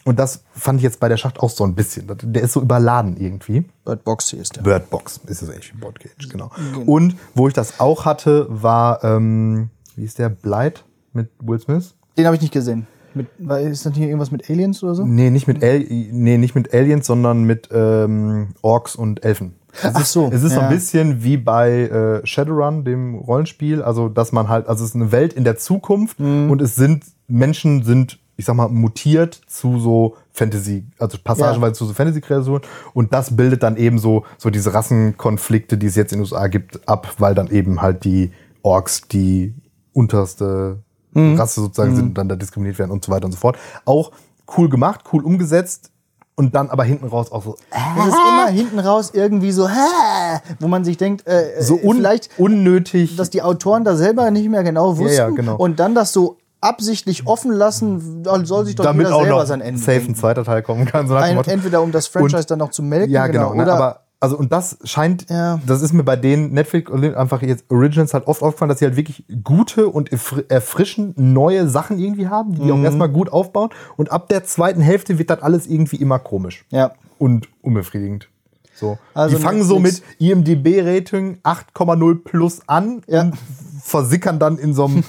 S1: Und das fand ich jetzt bei der Schacht auch so ein bisschen. Der ist so überladen irgendwie.
S2: Bird Box hier ist der.
S1: Birdbox ist es eigentlich wie Birdcage, genau. Und wo ich das auch hatte, war, ähm, wie ist der, Blight mit Will Smith?
S2: Den habe ich nicht gesehen. Mit, weil- ist das hier irgendwas mit Aliens oder so?
S1: Nee, nicht mit, Al nee, nicht mit Aliens, sondern mit ähm, Orks und Elfen. Es
S2: Ach
S1: ist,
S2: so,
S1: Es ist so ein
S2: ja.
S1: bisschen wie bei äh, Shadowrun, dem Rollenspiel. Also, dass man halt, also es ist eine Welt in der Zukunft und es sind, Menschen sind, ich sag mal, mutiert zu so Fantasy, also passagenweise zu so Fantasy-Kreaturen. Und das bildet dann eben so, so diese Rassenkonflikte, die es jetzt in den USA gibt, ab, weil dann eben halt die Orks die unterste Rasse sozusagen sind und dann da diskriminiert werden und so weiter und so fort. Auch cool gemacht, cool umgesetzt und dann aber hinten raus auch so, äh,
S2: Es ist immer hinten raus irgendwie so, hä, wo man sich denkt, äh,
S1: so
S2: äh,
S1: un
S2: vielleicht,
S1: unnötig.
S2: dass die Autoren da selber nicht mehr genau wussten
S1: ja, genau.
S2: und dann das so absichtlich offen lassen, da soll sich doch
S1: damit
S2: jeder
S1: auch
S2: selber
S1: noch
S2: sein Ende
S1: safe
S2: denken.
S1: ein zweiter Teil kommen kann. So nach dem
S2: Ein,
S1: Motto.
S2: entweder um das Franchise dann noch zu melken.
S1: Ja, genau. ne?
S2: oder
S1: aber also und das scheint,
S2: Ja.
S1: das ist mir bei den Netflix einfach jetzt Originals halt oft aufgefallen, dass sie halt wirklich gute und erfri- erfrischend neue Sachen irgendwie haben, die die
S2: Mhm.
S1: auch erstmal gut aufbauen. Und ab der zweiten Hälfte wird das alles irgendwie immer komisch
S2: ja.
S1: und unbefriedigend. So.
S2: Also
S1: die fangen so mit
S2: Netflix-
S1: IMDB-Rating 8,0 plus an
S2: Ja.
S1: und versickern dann in so einem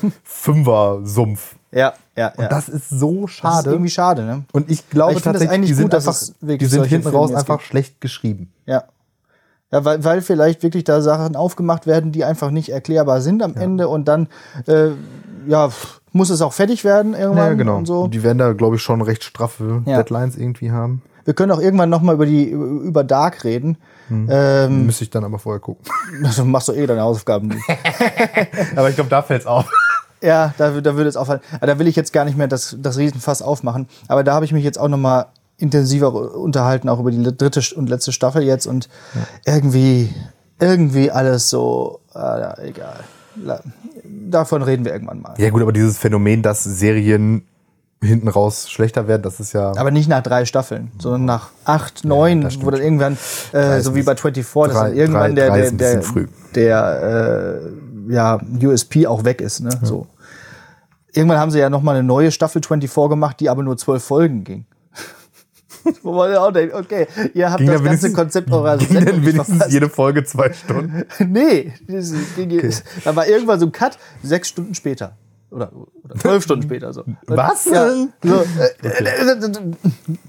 S1: Fünfer-Sumpf.
S2: Ja, ja, ja.
S1: Das ist so
S2: Das ist
S1: schade.
S2: irgendwie schade, ne?
S1: und ich glaube
S2: Aber ich finde das
S1: tatsächlich,
S2: eigentlich
S1: die sind,
S2: gut, dass
S1: einfach,
S2: es wirklich
S1: die sind
S2: solche
S1: hinten
S2: Filme
S1: raus
S2: jetzt
S1: einfach schlecht geschrieben.
S2: Ja. Ja, weil, weil vielleicht wirklich da Sachen aufgemacht werden, die einfach nicht erklärbar sind am Ende und dann, äh, ja, pff, muss es auch fertig werden irgendwann
S1: Ja, genau.
S2: und so.
S1: Die werden da, glaube ich, schon recht straffe
S2: Ja.
S1: Deadlines irgendwie haben.
S2: Wir können auch irgendwann nochmal über die, über Dark reden. Ähm,
S1: Müsste ich dann aber vorher gucken.
S2: du machst doch eh deine Hausaufgaben nicht.
S1: aber ich glaube, da fällt's auf.
S2: Ja, da, wür- da würde es auffallen. Aber da will ich jetzt gar nicht mehr das, das Riesenfass aufmachen. Aber da habe ich mich jetzt auch nochmal intensiver unterhalten, auch über die dritte und letzte Staffel jetzt. Und irgendwie, irgendwie alles so, äh, egal. La- Davon reden wir irgendwann mal.
S1: Ja, gut, aber dieses Phänomen, dass Serien hinten raus schlechter werden, das ist ja.
S2: Aber nicht nach drei Staffeln, sondern nach acht, neun,
S1: das stimmt
S2: wo dann irgendwann, äh, so wie bei 24, dass
S1: drei-
S2: dann irgendwann
S1: drei-
S2: der,
S1: drei
S2: der,
S1: ist ein bisschen
S2: der,
S1: früh.
S2: der äh, ja, USP auch weg ist. Ne? So. Irgendwann haben sie ja nochmal eine neue Staffel 24 gemacht, die aber nur zwölf Folgen ging. Wo man auch denkt, okay, ihr habt
S1: Ging
S2: das
S1: da
S2: ganze
S1: wenigstens-
S2: Konzept eurer
S1: Ging
S2: Sendung
S1: denn
S2: nicht
S1: wenigstens
S2: verpasst.
S1: jede Folge zwei Stunden?
S2: Nee, das ging, da war irgendwann so ein Cut, sechs Stunden später. Oder, oder zwölf Stunden später so.
S1: Was?
S2: Ja, so äh, äh, äh,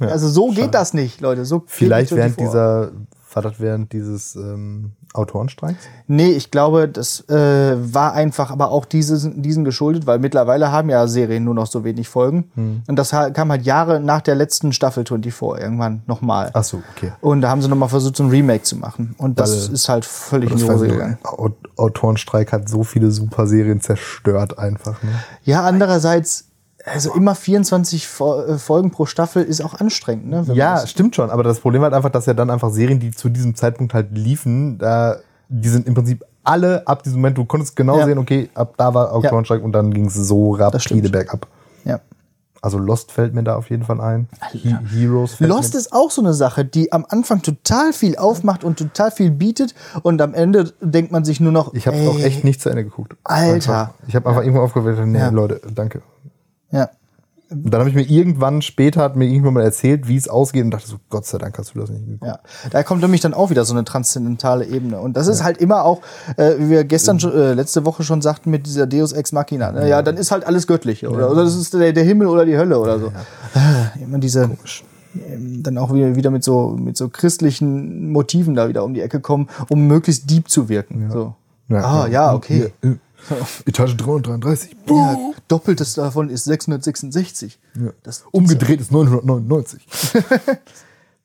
S2: äh, also so geht das nicht, Leute. So geht
S1: Vielleicht
S2: nicht
S1: während
S2: vor.
S1: dieser, war das während dieses ähm, Autorenstreiks?
S2: Nee, ich glaube, das äh, war einfach aber auch dieses, diesen geschuldet, weil mittlerweile haben ja Serien nur noch so wenig Folgen.
S1: Hm.
S2: Und das ha- kam halt Jahre nach der letzten Staffel 24 irgendwann nochmal.
S1: Ach so, okay.
S2: Und da haben sie nochmal versucht, so ein Remake zu machen. Und das
S1: Weil-
S2: ist halt völlig in die
S1: Das
S2: Hose
S1: weiß ich
S2: gegangen.
S1: nicht. Au- Autorenstreik hat so viele super Serien zerstört einfach. Ne?
S2: Ja, andererseits, also immer 24 Fo- äh, Folgen pro Staffel ist auch anstrengend, ne? wenn man
S1: Ja,
S2: das-
S1: stimmt schon. Aber das Problem war halt einfach, dass ja dann einfach Serien, die zu diesem Zeitpunkt halt liefen, da, die sind im Prinzip alle ab diesem Moment, du konntest genau
S2: Ja.
S1: sehen, okay, ab da war Autorenstreik und dann ging es so rapide
S2: stimmt.
S1: bergab.
S2: Ja.
S1: Also Lost fällt mir da auf jeden Fall ein. He Heroes fällt
S2: Lost
S1: mir.
S2: ist auch so eine Sache, die am Anfang total viel aufmacht und total viel bietet und am Ende denkt man sich nur noch,
S1: Ich habe
S2: ey,
S1: auch echt nicht zu Ende geguckt.
S2: Alter.
S1: Einfach. Ich habe einfach irgendwo aufgehört, nee,
S2: Ja.
S1: Leute, danke.
S2: Ja.
S1: Und dann habe ich mir irgendwann später hat mir irgendwann mal erzählt, wie es ausgeht und dachte so, Gott sei Dank hast du das nicht geguckt.
S2: Ja, da kommt nämlich dann auch wieder so eine transzendentale Ebene. Und das ist halt immer auch, äh, wie wir gestern schon, äh, letzte Woche schon sagten, mit dieser Deus Ex Machina. Ne? Ja, dann ist halt alles göttlich. Oder, oder das ist der, der Himmel oder die Hölle oder so. Äh, Immer diese, ähm, dann auch wieder, wieder mit, so, mit so christlichen Motiven da wieder um die Ecke kommen, um möglichst deep zu wirken. So. ah, ja, okay.
S1: Hier, äh, Etage 333.
S2: Ja, doppeltes davon ist 666. Das,
S1: Umgedreht ist 999.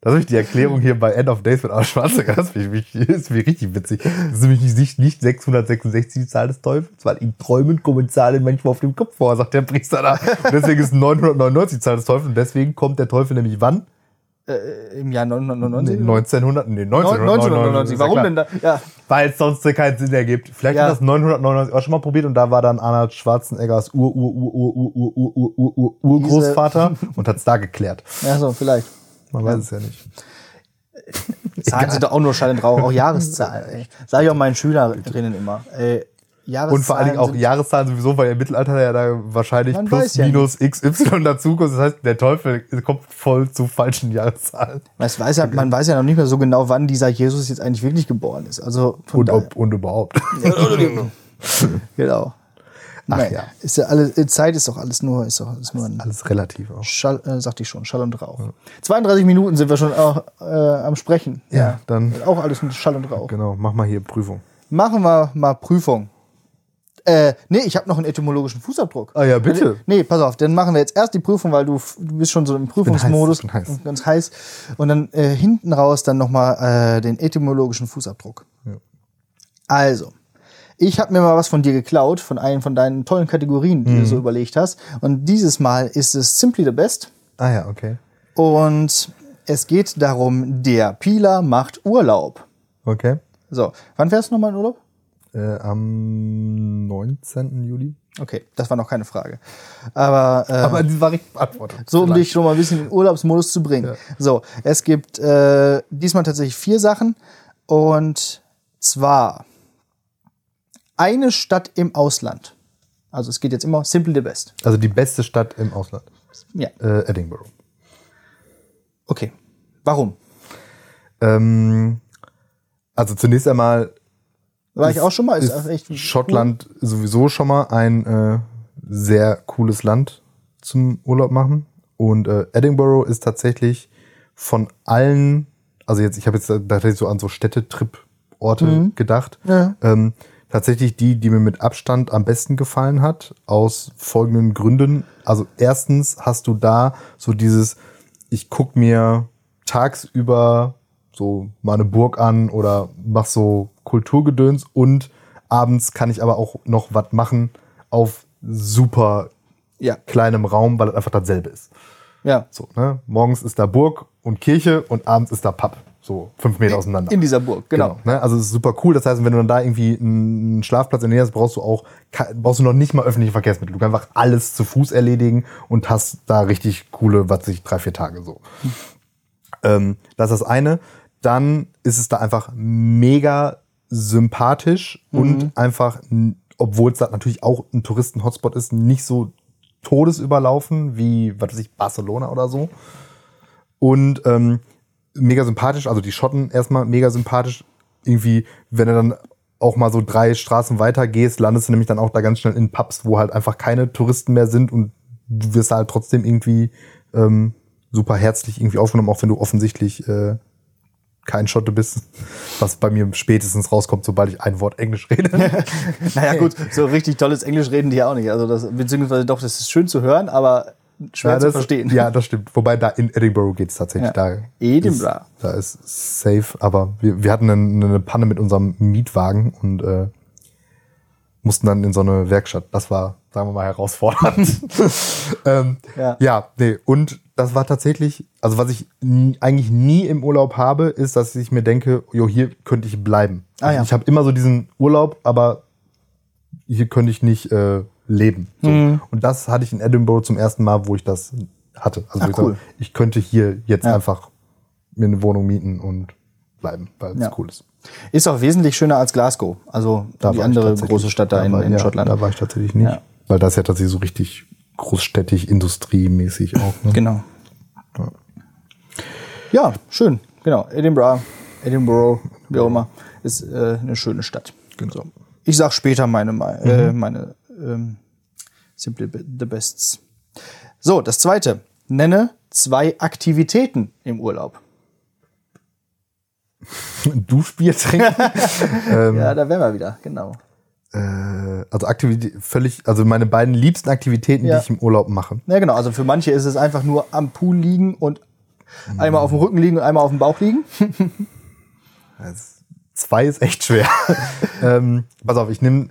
S1: Das ist nämlich die Erklärung hier bei End of Days mit Arnold Schwarzenegger. Das finde ich, das ist mir richtig witzig. Das ist nämlich nicht, nicht 666 die Zahl des Teufels, weil in Träumen kommen Zahlen manchmal auf dem Kopf vor, sagt der Priester da. Und deswegen ist 999 die Zahl des Teufels und deswegen kommt der Teufel nämlich wann?
S2: äh, Im Jahr
S1: Nee,
S2: 999?
S1: 1900, nee, 1999.
S2: 1999.
S1: ist ja
S2: Warum
S1: klar.
S2: denn da? Ja.
S1: Weil es sonst keinen Sinn ergibt. Vielleicht
S2: Ja.
S1: hat das 999 auch schon mal probiert und da war dann Arnold Schwarzeneggers Ur Ur Ur Ur Ur Ur Ur Ur Ur Ur Urgroßvater und hat es da geklärt.
S2: ja, so, vielleicht.
S1: Man weiß es ja nicht.
S2: Zahlen sind doch auch nur Schall und Rauch, auch Jahreszahlen. Ey. Sag ich auch meinen Schülerinnen immer. Ey, Jahreszahlen
S1: Und vor allen Dingen auch
S2: sind-
S1: Jahreszahlen sowieso, weil im Mittelalter ja da wahrscheinlich
S2: Man weiß
S1: plus
S2: ja
S1: minus XY dazukommt. Das heißt, der Teufel kommt voll zu falschen Jahreszahlen.
S2: Man weiß, ja, man weiß ja noch nicht mehr so genau, wann dieser Jesus jetzt eigentlich wirklich geboren ist. Also von
S1: Und,
S2: daher-
S1: ob, und überhaupt.
S2: genau.
S1: Ach
S2: Nein,
S1: ja.
S2: Ist ja alles, Zeit ist doch alles nur, ist doch ist nur ein
S1: Alles relativ auch.
S2: Schall, äh, sagte ich schon, Schall und Rauch. 32 Minuten sind wir schon auch, äh, am Sprechen.
S1: Ja, dann-
S2: Auch alles mit Schall und Rauch.
S1: Genau, mach mal hier Prüfung.
S2: Machen wir mal Prüfung. Äh, nee, ich habe noch einen etymologischen Fußabdruck. Also,
S1: Ah ja, bitte.
S2: Nee, pass auf, dann machen wir jetzt erst die Prüfung, weil du, f- du bist schon so im Prüfungsmodus.
S1: bin heiß, ich bin heiß.
S2: Ganz heiß. Und dann äh, hinten raus dann nochmal äh, den etymologischen Fußabdruck. Also, ich habe mir mal was von dir geklaut, von einem von deinen tollen Kategorien, die
S1: Mhm.
S2: du so überlegt hast. Und dieses Mal ist es Simply the Best.
S1: Ah ja, okay.
S2: Und es geht darum, der Pila macht Urlaub.
S1: Okay.
S2: So, wann fährst du nochmal in Urlaub?
S1: Äh, am 19. Juli.
S2: Okay, das war noch keine Frage. Aber, äh,
S1: Aber die war richtig beantwortet.
S2: so, um dich schon mal ein bisschen in den Urlaubsmodus zu bringen. So, es gibt äh, diesmal tatsächlich vier Sachen. Und zwar eine Stadt im Ausland. Also es geht jetzt immer simply the best.
S1: Also die beste Stadt im Ausland.
S2: Ja,
S1: Äh, Edinburgh.
S2: okay. Warum?
S1: Ähm, also zunächst einmal
S2: War ich auch schon mal? Ist,
S1: ist
S2: echt cool.
S1: Schottland sowieso schon mal ein äh, sehr cooles Land zum Urlaub machen. Und äh, Edinburgh ist tatsächlich von allen, also jetzt, ich habe jetzt tatsächlich so an so Städtetrip-Orte gedacht.
S2: Mhm. Ja.
S1: Ähm, tatsächlich die, die mir mit Abstand am besten gefallen hat, aus folgenden Gründen. Also erstens hast du da so dieses, ich guck mir tagsüber so mal eine Burg an oder mach so Kulturgedöns und abends kann ich aber auch noch was machen auf super
S2: Ja,
S1: kleinem Raum, weil es einfach dasselbe ist.
S2: ja.
S1: So, ne? Morgens ist da Burg und Kirche und abends ist da Pub. So fünf Meter auseinander.
S2: In dieser Burg, genau.
S1: Ne? Also es ist super cool. Das heißt, wenn du dann da irgendwie einen Schlafplatz in der Nähe hast, brauchst du auch ke- brauchst du noch nicht mal öffentliche Verkehrsmittel. Du kannst einfach alles zu Fuß erledigen und hast da richtig coole, was weiß ich drei vier Tage so. Ähm, das ist das eine. Dann ist es da einfach mega sympathisch und einfach, n- obwohl es da natürlich auch ein Touristen-Hotspot ist, nicht so todesüberlaufen wie, was weiß ich, Barcelona oder so. Und ähm, mega sympathisch, also die Schotten erstmal mega sympathisch. Irgendwie, wenn du dann auch mal so drei Straßen weiter gehst, landest du nämlich dann auch da ganz schnell in Pubs, wo halt einfach keine Touristen mehr sind und du wirst halt trotzdem irgendwie ähm, super herzlich irgendwie aufgenommen, auch wenn du offensichtlich äh, kein Schotte bist, was bei mir spätestens rauskommt, sobald ich ein Wort Englisch rede.
S2: naja, gut, so richtig tolles Englisch reden die ja auch nicht. Also das, beziehungsweise doch, das ist schön zu hören, aber schwer
S1: Ja,
S2: zu
S1: das,
S2: verstehen.
S1: Ja, das stimmt. Wobei da in Edinburgh geht's tatsächlich.
S2: Ja.
S1: Da
S2: Edinburgh.
S1: Ist, da ist safe, aber wir, wir hatten eine, eine Panne mit unserem Mietwagen und äh, mussten dann in so eine Werkstatt. Das war, sagen wir mal, herausfordernd. ähm,
S2: Ja.
S1: ja. nee. Und das war tatsächlich, also was ich n- eigentlich nie im Urlaub habe, ist, dass ich mir denke, jo, hier könnte ich bleiben.
S2: Ah,
S1: Also
S2: ja.
S1: Ich habe immer so diesen Urlaub, aber hier könnte ich nicht äh, leben. So.
S2: Mhm.
S1: Und das hatte ich in Edinburgh zum ersten Mal, wo ich das hatte. Also
S2: Ach,
S1: wo ich, sage,
S2: cool.
S1: ich könnte hier jetzt
S2: Ja.
S1: einfach mir eine Wohnung mieten und bleiben, weil es
S2: Ja.
S1: cool ist.
S2: Ist auch wesentlich schöner als Glasgow, also die
S1: war ich
S2: andere
S1: tatsächlich-
S2: große Stadt da, in,
S1: war-
S2: in
S1: ja,
S2: Schottland.
S1: Da war ich tatsächlich nicht.
S2: Ja.
S1: Weil das ist ja tatsächlich so richtig großstädtig, industriemäßig auch. Ne?
S2: Genau. Ja, schön. Genau. Edinburgh, Edinburgh, wie auch immer, ist äh, eine schöne Stadt. Genau. So. Ich sag später meine, Me- äh,
S1: Mhm.
S2: meine ähm, Simply be- the Bests. So, das zweite. Nenne zwei Aktivitäten im Urlaub.
S1: Duschbier trinken. Ähm.
S2: Ja, da wären wir wieder, genau.
S1: äh, also Aktivität, völlig, also meine beiden liebsten Aktivitäten,
S2: Ja.
S1: die ich im Urlaub mache.
S2: Ja, genau. Also für manche ist es einfach nur am Pool liegen und einmal auf dem Rücken liegen und einmal auf dem Bauch liegen.
S1: Also zwei ist echt schwer. ähm, pass auf, ich nehme.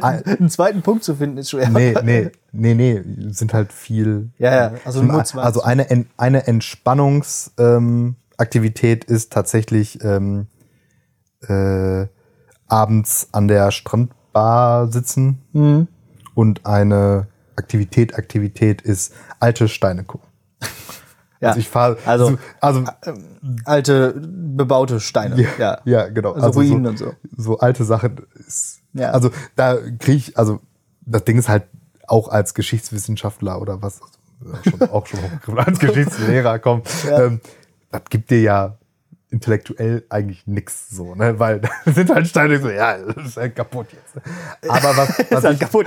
S2: Einen zweiten Punkt zu finden ist schwer.
S1: Nee, nee, nee, nee, sind halt viel.
S2: Ja, ja, also nur zwei.
S1: also eine, Ent- eine Entspannungsaktivität ähm, Aktivität ist tatsächlich ähm, äh, abends an der Strandbar sitzen
S2: Mhm.
S1: und eine Aktivität, Aktivität ist alte Steine gucken.
S2: ja.
S1: Also ich fahre,
S2: Also-
S1: so- also
S2: alte bebaute Steine. Ja,
S1: ja, ja, genau.
S2: Also Ruinen und so.
S1: So alte Sachen ist.
S2: Ja.
S1: Also da kriege ich, also das Ding ist halt auch als Geschichtswissenschaftler oder was, also, ja, schon, auch schon hochgegriffen, als Geschichtslehrer, komm, ähm, das gibt dir ja intellektuell eigentlich nix so, ne? Weil da sind halt Steine so, ja, das ist halt kaputt jetzt. Aber was, was ich
S2: kaputt.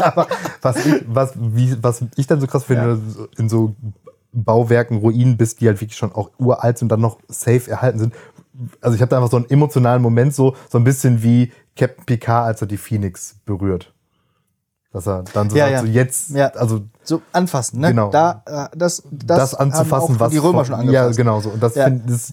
S1: aber was ich, was, wie, was ich dann so krass finde,
S2: Ja.
S1: dass du so in so Bauwerken, Ruinen bist, die halt wirklich schon auch uralt sind und dann noch safe erhalten sind. Also ich habe da einfach so einen emotionalen Moment, so, so ein bisschen wie Captain Picard, als er die Phoenix berührt. Dass er dann so,
S2: Ja,
S1: sagt,
S2: ja.
S1: so jetzt,
S2: Ja.
S1: also
S2: So anfassen, ne?
S1: Genau.
S2: Da, äh, das, das,
S1: das, anzufassen,
S2: haben auch
S1: was
S2: die Römer
S1: vor-
S2: schon angefasst.
S1: Ja, genau so. Und das
S2: Ja.
S1: finde ich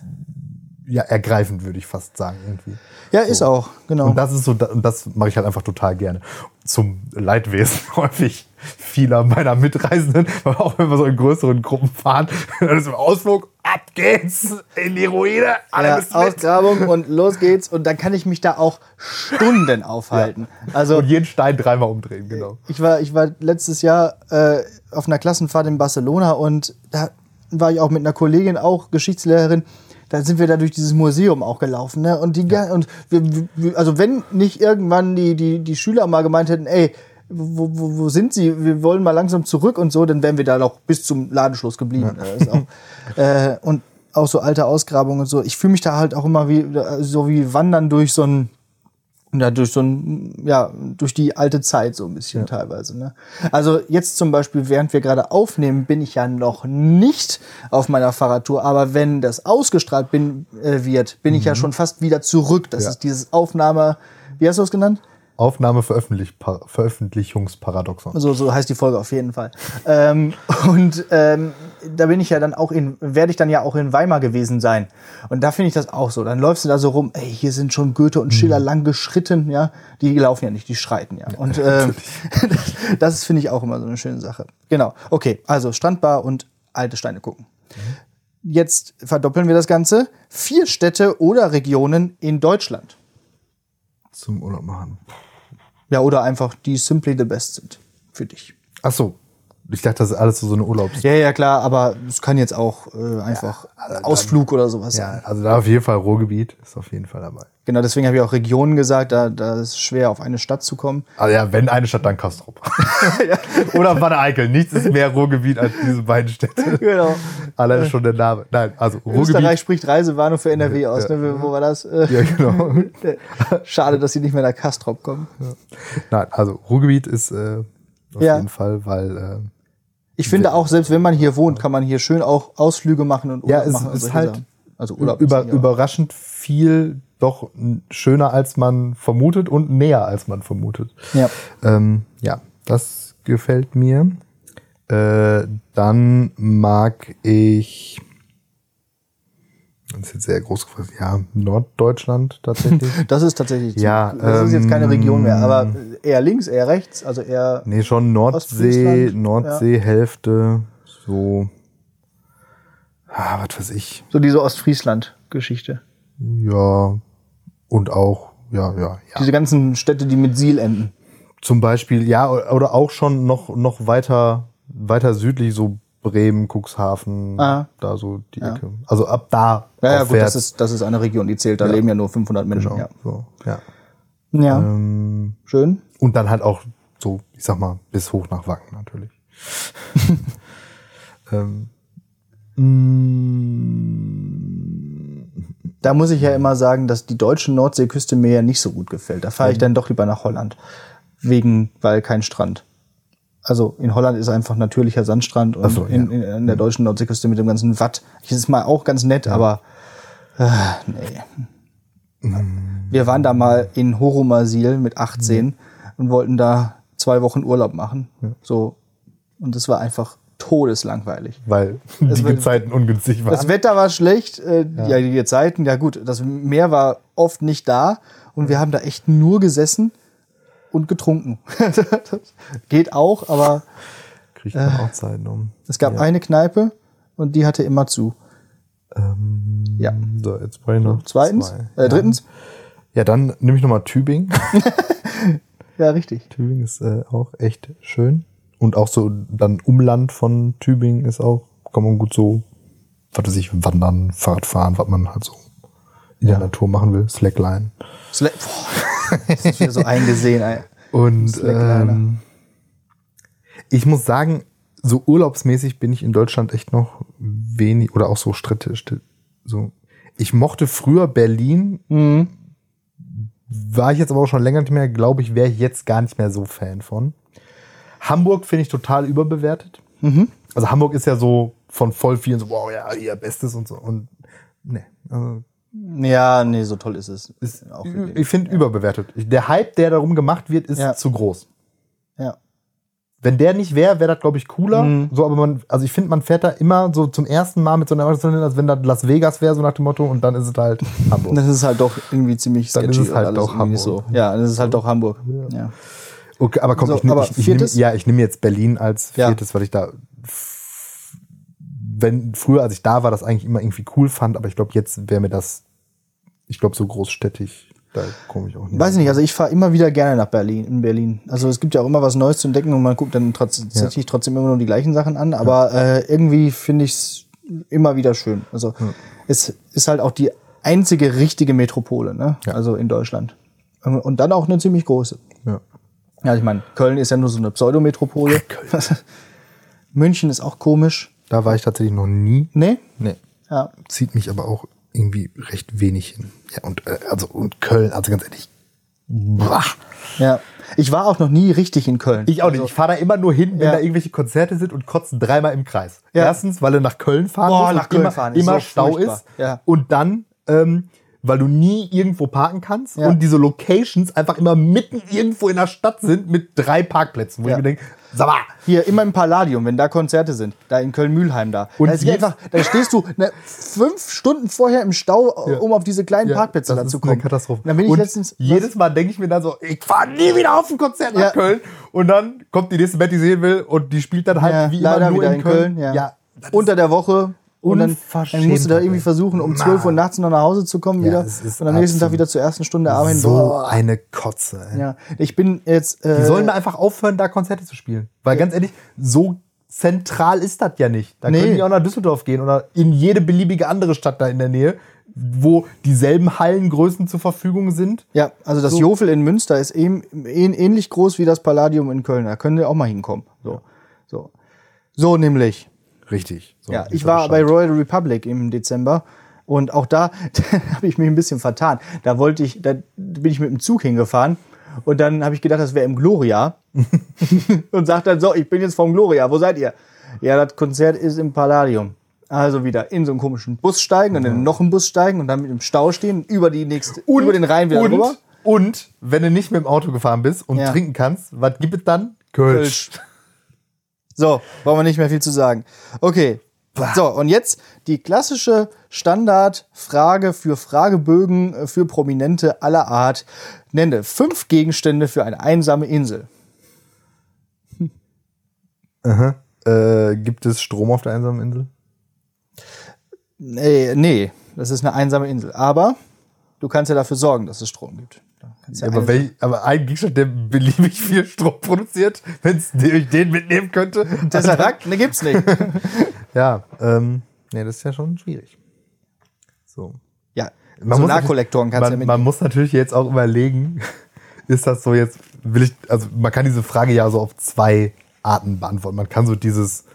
S1: ja ergreifend, würde ich fast sagen. Irgendwie.
S2: Ja, ist auch, genau.
S1: Und das ist so, da- und das mache ich halt einfach total gerne. Zum Leidwesen häufig vieler meiner Mitreisenden, weil auch wenn wir so in größeren Gruppen fahren, dann ist im Ausflug, ab geht's in die Ruine, alle
S2: ja,
S1: müssen mit.
S2: Ausgrabung und los geht's. Und dann kann ich mich da auch Stunden aufhalten. Also
S1: Und jeden Stein dreimal umdrehen, genau.
S2: ich war, ich war letztes Jahr äh, auf einer Klassenfahrt in Barcelona und da war ich auch mit einer Kollegin, auch Geschichtslehrerin. Da sind wir da durch dieses Museum auch gelaufen, ne? Und die ga- und wir, wir, also wenn nicht irgendwann die die die Schüler mal gemeint hätten, ey, wo, wo, wo sind sie? Wir wollen mal langsam zurück und so, dann wären wir da noch bis zum Ladenschluss geblieben. Äh, Ist auch, äh, und auch so alte Ausgrabungen und so. Ich fühle mich da halt auch immer wie so wie wandern durch so ein ja, durch so ein, ja, durch die alte Zeit so ein bisschen teilweise. Ne? Also jetzt zum Beispiel, während wir gerade aufnehmen, bin ich ja noch nicht auf meiner Fahrradtour, aber wenn das ausgestrahlt bin, äh, wird, bin ich ja schon fast wieder zurück. Das
S1: Ja.
S2: ist dieses Aufnahme, wie hast du es genannt?
S1: Aufnahme veröffentlicht, pa Veröffentlichungsparadoxon.
S2: So, so heißt die Folge auf jeden Fall. Ähm, und ähm, da bin ich ja dann auch in, werde ich dann ja auch in Weimar gewesen sein. Und da finde ich das auch so. Dann läufst du da so rum, ey, hier sind schon Goethe und Schiller lang geschritten, ja. Die laufen ja nicht, die schreiten ja. Und ähm, das finde ich auch immer so eine schöne Sache. Genau. Okay, also Strandbar und alte Steine gucken. Jetzt verdoppeln wir das Ganze. Vier Städte oder Regionen in Deutschland.
S1: Zum Urlaub machen.
S2: Ja, oder einfach die simply the best sind für dich.
S1: Ach so. Ich dachte, das ist alles so, so eine Urlaubs.
S2: Ja, ja, klar, aber es kann jetzt auch äh, einfach Ausflug oder sowas
S1: Ja,
S2: sein.
S1: also da auf jeden Fall Ruhrgebiet ist auf jeden Fall dabei.
S2: Genau, deswegen habe ich auch Regionen gesagt, da, da ist es schwer, auf eine Stadt zu kommen.
S1: Also ja, wenn eine Stadt, dann Kastrop. Oder Wanne-Eickel. Nichts ist mehr Ruhrgebiet als diese beiden Städte.
S2: Genau.
S1: Alleine schon der Name. Nein, also Ruhrgebiet.
S2: Österreich spricht Reisewarnung für NRW aus. Ne? Wo war das? Äh,
S1: Ja, genau.
S2: Schade, dass sie nicht mehr nach Kastrop kommen.
S1: Nein, also Ruhrgebiet ist äh, auf
S2: Ja.
S1: jeden Fall, weil äh,
S2: Ich finde auch, selbst wenn man hier wohnt, kann man hier schön auch Ausflüge machen und
S1: Ja,
S2: Urlaub
S1: es
S2: machen. und
S1: ist
S2: solche
S1: halt
S2: Sachen. also Urlaub
S1: über,
S2: ist ja-
S1: überraschend viel doch n- schöner, als man vermutet und näher, als man vermutet.
S2: Ja.
S1: Ähm, ja, das gefällt mir. Äh, dann mag ich. Das ist jetzt sehr groß gefasst. Ja, Norddeutschland tatsächlich.
S2: Das ist tatsächlich.
S1: Ja,
S2: das ist jetzt keine
S1: ähm,
S2: Region mehr, aber eher links, eher rechts, also eher.
S1: nee, schon Nordsee,
S2: Ostfriesland,
S1: Nordsee-Hälfte, so. Ah, was weiß ich.
S2: So diese Ostfriesland-Geschichte.
S1: Ja. Und auch, ja, ja, ja.
S2: Diese ganzen Städte, die mit Siel enden.
S1: Zum Beispiel, ja, oder auch schon noch, noch weiter, weiter südlich, so Bremen, Cuxhaven,
S2: Ah.
S1: da so die
S2: Ja.
S1: Ecke. Also ab da.
S2: Ja, ja gut,
S1: aufwärts.
S2: das ist, das ist eine Region, die zählt. Da leben ja nur 500 Menschen.
S1: Genau,
S2: Ja,
S1: So, ja.
S2: ja
S1: Ähm,
S2: schön.
S1: und dann halt auch so, ich sag mal, bis hoch nach Wacken natürlich. ähm,
S2: Da muss ich ja immer sagen, dass die deutsche Nordseeküste mir ja nicht so gut gefällt. Da
S1: Mhm.
S2: fahre ich dann doch lieber nach Holland. Wegen, weil kein Strand. Also in Holland ist einfach natürlicher Sandstrand und
S1: so, ja. Mhm.
S2: in, in, an der deutschen Nordseeküste mit dem ganzen Watt. Ich ist mal auch ganz nett, aber äh, nee.
S1: Mhm.
S2: Wir waren da mal in Horumasil mit 18 und wollten da zwei Wochen Urlaub machen. So. Und es war einfach todeslangweilig.
S1: weil die
S2: wird-
S1: Gezeiten ungünstig
S2: Das
S1: waren.
S2: Wetter war schlecht, äh, ja. die Zeiten, ja gut, das Meer war oft nicht da und wir haben da echt nur gesessen und getrunken. Das Geht auch, aber
S1: Kriegt man auch Zeiten um.
S2: Äh, es gab eine Kneipe und die hatte immer zu.
S1: Ähm,
S2: Ja.
S1: So, jetzt brauche ich noch
S2: Zweitens,
S1: zwei.
S2: äh, drittens,
S1: Ja, dann nehme ich nochmal Tübingen.
S2: ja richtig.
S1: Tübingen ist äh, auch echt schön. Und auch so dann Umland von Tübingen ist auch, kann man gut so, was weiß ich, wandern, Fahrrad fahren, was man halt so in der Natur machen will, Slackline.
S2: Sla Boah, das ist wieder so eingesehen. ey.
S1: Und
S2: Slackliner.
S1: ähm, ich muss sagen, so urlaubsmäßig bin ich in Deutschland echt noch wenig, oder auch so Städte, Städte- so. Ich mochte früher Berlin,
S2: Mhm.
S1: war ich jetzt aber auch schon länger nicht mehr, glaube ich, wäre ich jetzt gar nicht mehr so Fan von. Hamburg finde ich total überbewertet.
S2: Mhm.
S1: Also Hamburg ist ja so von voll vielen so, wow, ja, ihr Bestes und so. Und nee, also
S2: Ja, nee, so toll ist es.
S1: ist,
S2: auch
S1: ü-
S2: wirklich-
S1: ich finde überbewertet. Der Hype, der darum gemacht wird, ist
S2: Ja.
S1: zu groß.
S2: ja.
S1: Wenn der nicht wäre, wäre das, glaube ich, cooler.
S2: Mhm.
S1: So, aber man, also ich finde, man fährt da immer so zum ersten Mal mit so einer Erwartungshaltung hin, als wenn das Las Vegas wäre, so nach dem Motto, und dann ist es halt Hamburg.
S2: Das ist halt doch irgendwie ziemlich
S1: Dann
S2: sketchy.
S1: ist es
S2: und
S1: halt
S2: alles
S1: doch Hamburg.
S2: irgendwie So. Ja, das ist halt doch Hamburg. Ja.
S1: Okay, aber komm,
S2: So,
S1: ich nehme
S2: aber
S1: ich, ich nehm,
S2: viertes?
S1: ja, ich nehm jetzt Berlin als
S2: Ja.
S1: viertes, weil ich da, f- wenn früher, als ich da war, das eigentlich immer irgendwie cool fand, aber ich glaube, jetzt wäre mir das, ich glaube, so großstädtig, da komme ich auch nicht.
S2: Weiß ich nicht, also ich fahre immer wieder gerne nach Berlin, in Berlin. Also es gibt ja auch immer was Neues zu entdecken und man guckt dann trotz- tatsächlich trotzdem immer nur die gleichen Sachen an, aber äh, irgendwie finde ich es immer wieder schön. Also es ist halt auch die einzige richtige Metropole, ne?
S1: Ja.
S2: Also in Deutschland. Ähm, Und dann auch eine ziemlich große.
S1: Ja.
S2: Ja, ich meine, Köln ist ja nur so eine Pseudometropole. München ist auch komisch.
S1: Da war ich tatsächlich noch nie.
S2: Nee?
S1: Nee.
S2: Ja.
S1: zieht mich aber auch irgendwie recht wenig hin. Ja, und äh, also und Köln, also ganz ehrlich. Boah.
S2: Ja. Ich war auch noch nie richtig in Köln.
S1: Ich auch nicht. Ich fahre da immer nur hin, wenn
S2: Also Ja.
S1: da irgendwelche Konzerte sind und kotzen dreimal im Kreis.
S2: Ja.
S1: Erstens, weil du nach Köln fahren
S2: Boah,
S1: musst und
S2: nach Köln
S1: immer,
S2: fahren ist
S1: immer
S2: so
S1: Stau
S2: furchtbar.
S1: ist.
S2: Ja.
S1: Und dann, ähm, weil du nie irgendwo parken kannst
S2: Ja.
S1: und diese Locations einfach immer mitten irgendwo in der Stadt sind mit drei Parkplätzen, wo
S2: Ja.
S1: ich mir denke, sag mal,
S2: Hier immer im Palladium, wenn da Konzerte sind, da in Köln-Mühlheim da.
S1: Und
S2: da, ist ja
S1: jetzt-
S2: einfach, da stehst du ne, fünf Stunden vorher im Stau,
S1: Ja.
S2: um auf diese kleinen
S1: Ja,
S2: Parkplätze
S1: das
S2: dazu
S1: ist eine
S2: kommen.
S1: Katastrophe.
S2: Dann bin ich
S1: und
S2: letztens.
S1: jedes Mal denke ich mir dann so, ich fahre nie wieder auf ein Konzert nach
S2: Ja.
S1: Köln. Und dann kommt die nächste Band, die ich sehen will, und die spielt dann halt
S2: ja,
S1: wie immer
S2: leider
S1: nur
S2: wieder
S1: in Köln.
S2: ja.
S1: Ja,
S2: Unter der Woche. Und dann, dann
S1: Unverschämt,
S2: musst du da irgendwie
S1: ey.
S2: versuchen, um
S1: Mann.
S2: 12 Uhr nachts noch nach Hause zu kommen
S1: Ja,
S2: wieder.
S1: es ist
S2: Und am nächsten Tag
S1: absolut
S2: wieder zur ersten Stunde arbeiten.
S1: so
S2: Boah.
S1: eine Kotze. Ey.
S2: Ja, ich bin jetzt.
S1: Die
S2: Äh,
S1: sollen da einfach aufhören, da Konzerte zu spielen. Weil ganz ehrlich, so zentral ist das ja nicht. Da
S2: Nee.
S1: können die auch nach Düsseldorf gehen oder in jede beliebige andere Stadt da in der Nähe, wo dieselben Hallengrößen zur Verfügung sind.
S2: Ja, also das
S1: So.
S2: Jofel in Münster ist eben, ähn- ähnlich groß wie das Palladium in Köln. Da können wir auch mal hinkommen. So, so. so nämlich.
S1: Richtig. So,
S2: ja, ich war bei Royal Republic im Dezember und auch da, da habe ich mich ein bisschen vertan. Da wollte ich, da bin ich mit dem Zug hingefahren und dann habe ich gedacht, das wäre im Gloria und sagt dann so, ich bin jetzt vom Gloria, wo seid ihr? Ja, das Konzert ist im Palladium. Also wieder in so einen komischen Bus steigen und in noch einen Bus steigen und dann mit dem Stau stehen über die nächste über den Rhein wieder
S1: und,
S2: rüber.
S1: Und wenn du nicht mit dem Auto gefahren bist und
S2: Ja.
S1: trinken kannst, was gibt es dann? Kölsch.
S2: So, brauchen wir nicht mehr viel zu sagen. Okay. So, und jetzt die klassische Standardfrage für Fragebögen äh, für Prominente aller Art. Nenne fünf Gegenstände für eine einsame Insel.
S1: Äh, gibt es Strom auf der einsamen Insel?
S2: Nee, nee, das ist eine einsame Insel. Aber du kannst ja dafür sorgen, dass es Strom gibt. Du kannst ja
S1: aber,
S2: eine-
S1: welch, aber ein Gegenstand, der beliebig viel Strom produziert, wenn ich den mitnehmen könnte. Also
S2: Tesseract? Ne, gibt's nicht.
S1: Ja, ähm, nee, das ist ja schon schwierig. So.
S2: Ja,
S1: Man muss
S2: Solarkollektoren kannst du ja
S1: man,
S2: mitnehmen.
S1: man muss natürlich jetzt auch überlegen, ist das so jetzt, will ich, also man kann diese Frage ja so auf zwei Arten beantworten. Man kann so dieses,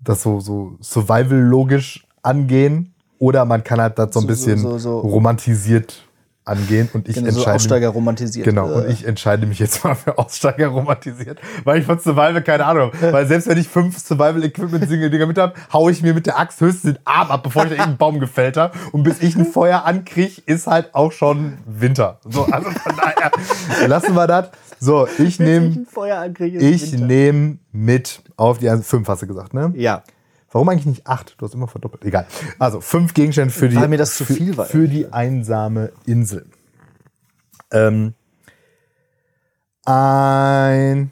S1: das so, so survival-logisch angehen oder man kann halt das so ein
S2: So- so-
S1: bisschen
S2: so- so-
S1: romantisiert angehen und ich
S2: Wenn du so
S1: entscheide.
S2: Aufsteiger romantisiert.
S1: Genau,
S2: Äh,
S1: und ich entscheide mich jetzt mal für Aussteiger romantisiert, weil ich von Survival keine Ahnung habe. Weil selbst wenn ich fünf Survival-Equipment-Dinger mit habe, hau ich mir mit der Axt höchstens den Arm ab, bevor ich da irgendeinen Baum gefällt habe. Und bis ich ein Feuer ankrieg, ist halt auch schon Winter. So, also von daher lassen wir das. So, ich
S2: Wenn
S1: nehme
S2: ein Feuer ankriege, ist
S1: Ähm, ich
S2: Winter.
S1: nehm mit auf die fünf hast du gesagt, ne?
S2: Ja.
S1: Warum eigentlich nicht acht? Du hast immer verdoppelt. Egal. Also fünf Gegenstände für die,
S2: Weil mir das zu
S1: für,
S2: viel war,
S1: für die einsame Insel. Ähm, äh, ein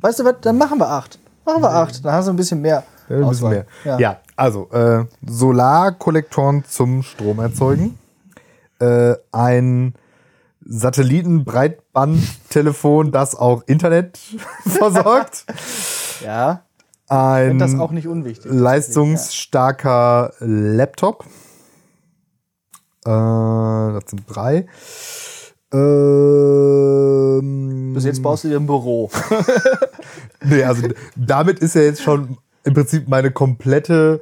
S2: Weißt du was, dann machen wir acht. Machen wir acht, dann hast du Mhm. ein bisschen mehr.
S1: äh, ein bisschen
S2: Auswahl.
S1: mehr. Ja,
S2: Ja.
S1: also äh, Solarkollektoren zum Strom erzeugen. Äh, ein Satellitenbreitbandtelefon, das auch Internet versorgt.
S2: Ja,
S1: Ein
S2: und das auch nicht unwichtig.
S1: leistungsstarker Laptop. Äh, das sind drei. Ähm,
S2: Bis jetzt baust du dir ein Büro.
S1: nee, also damit ist ja jetzt schon im Prinzip meine komplette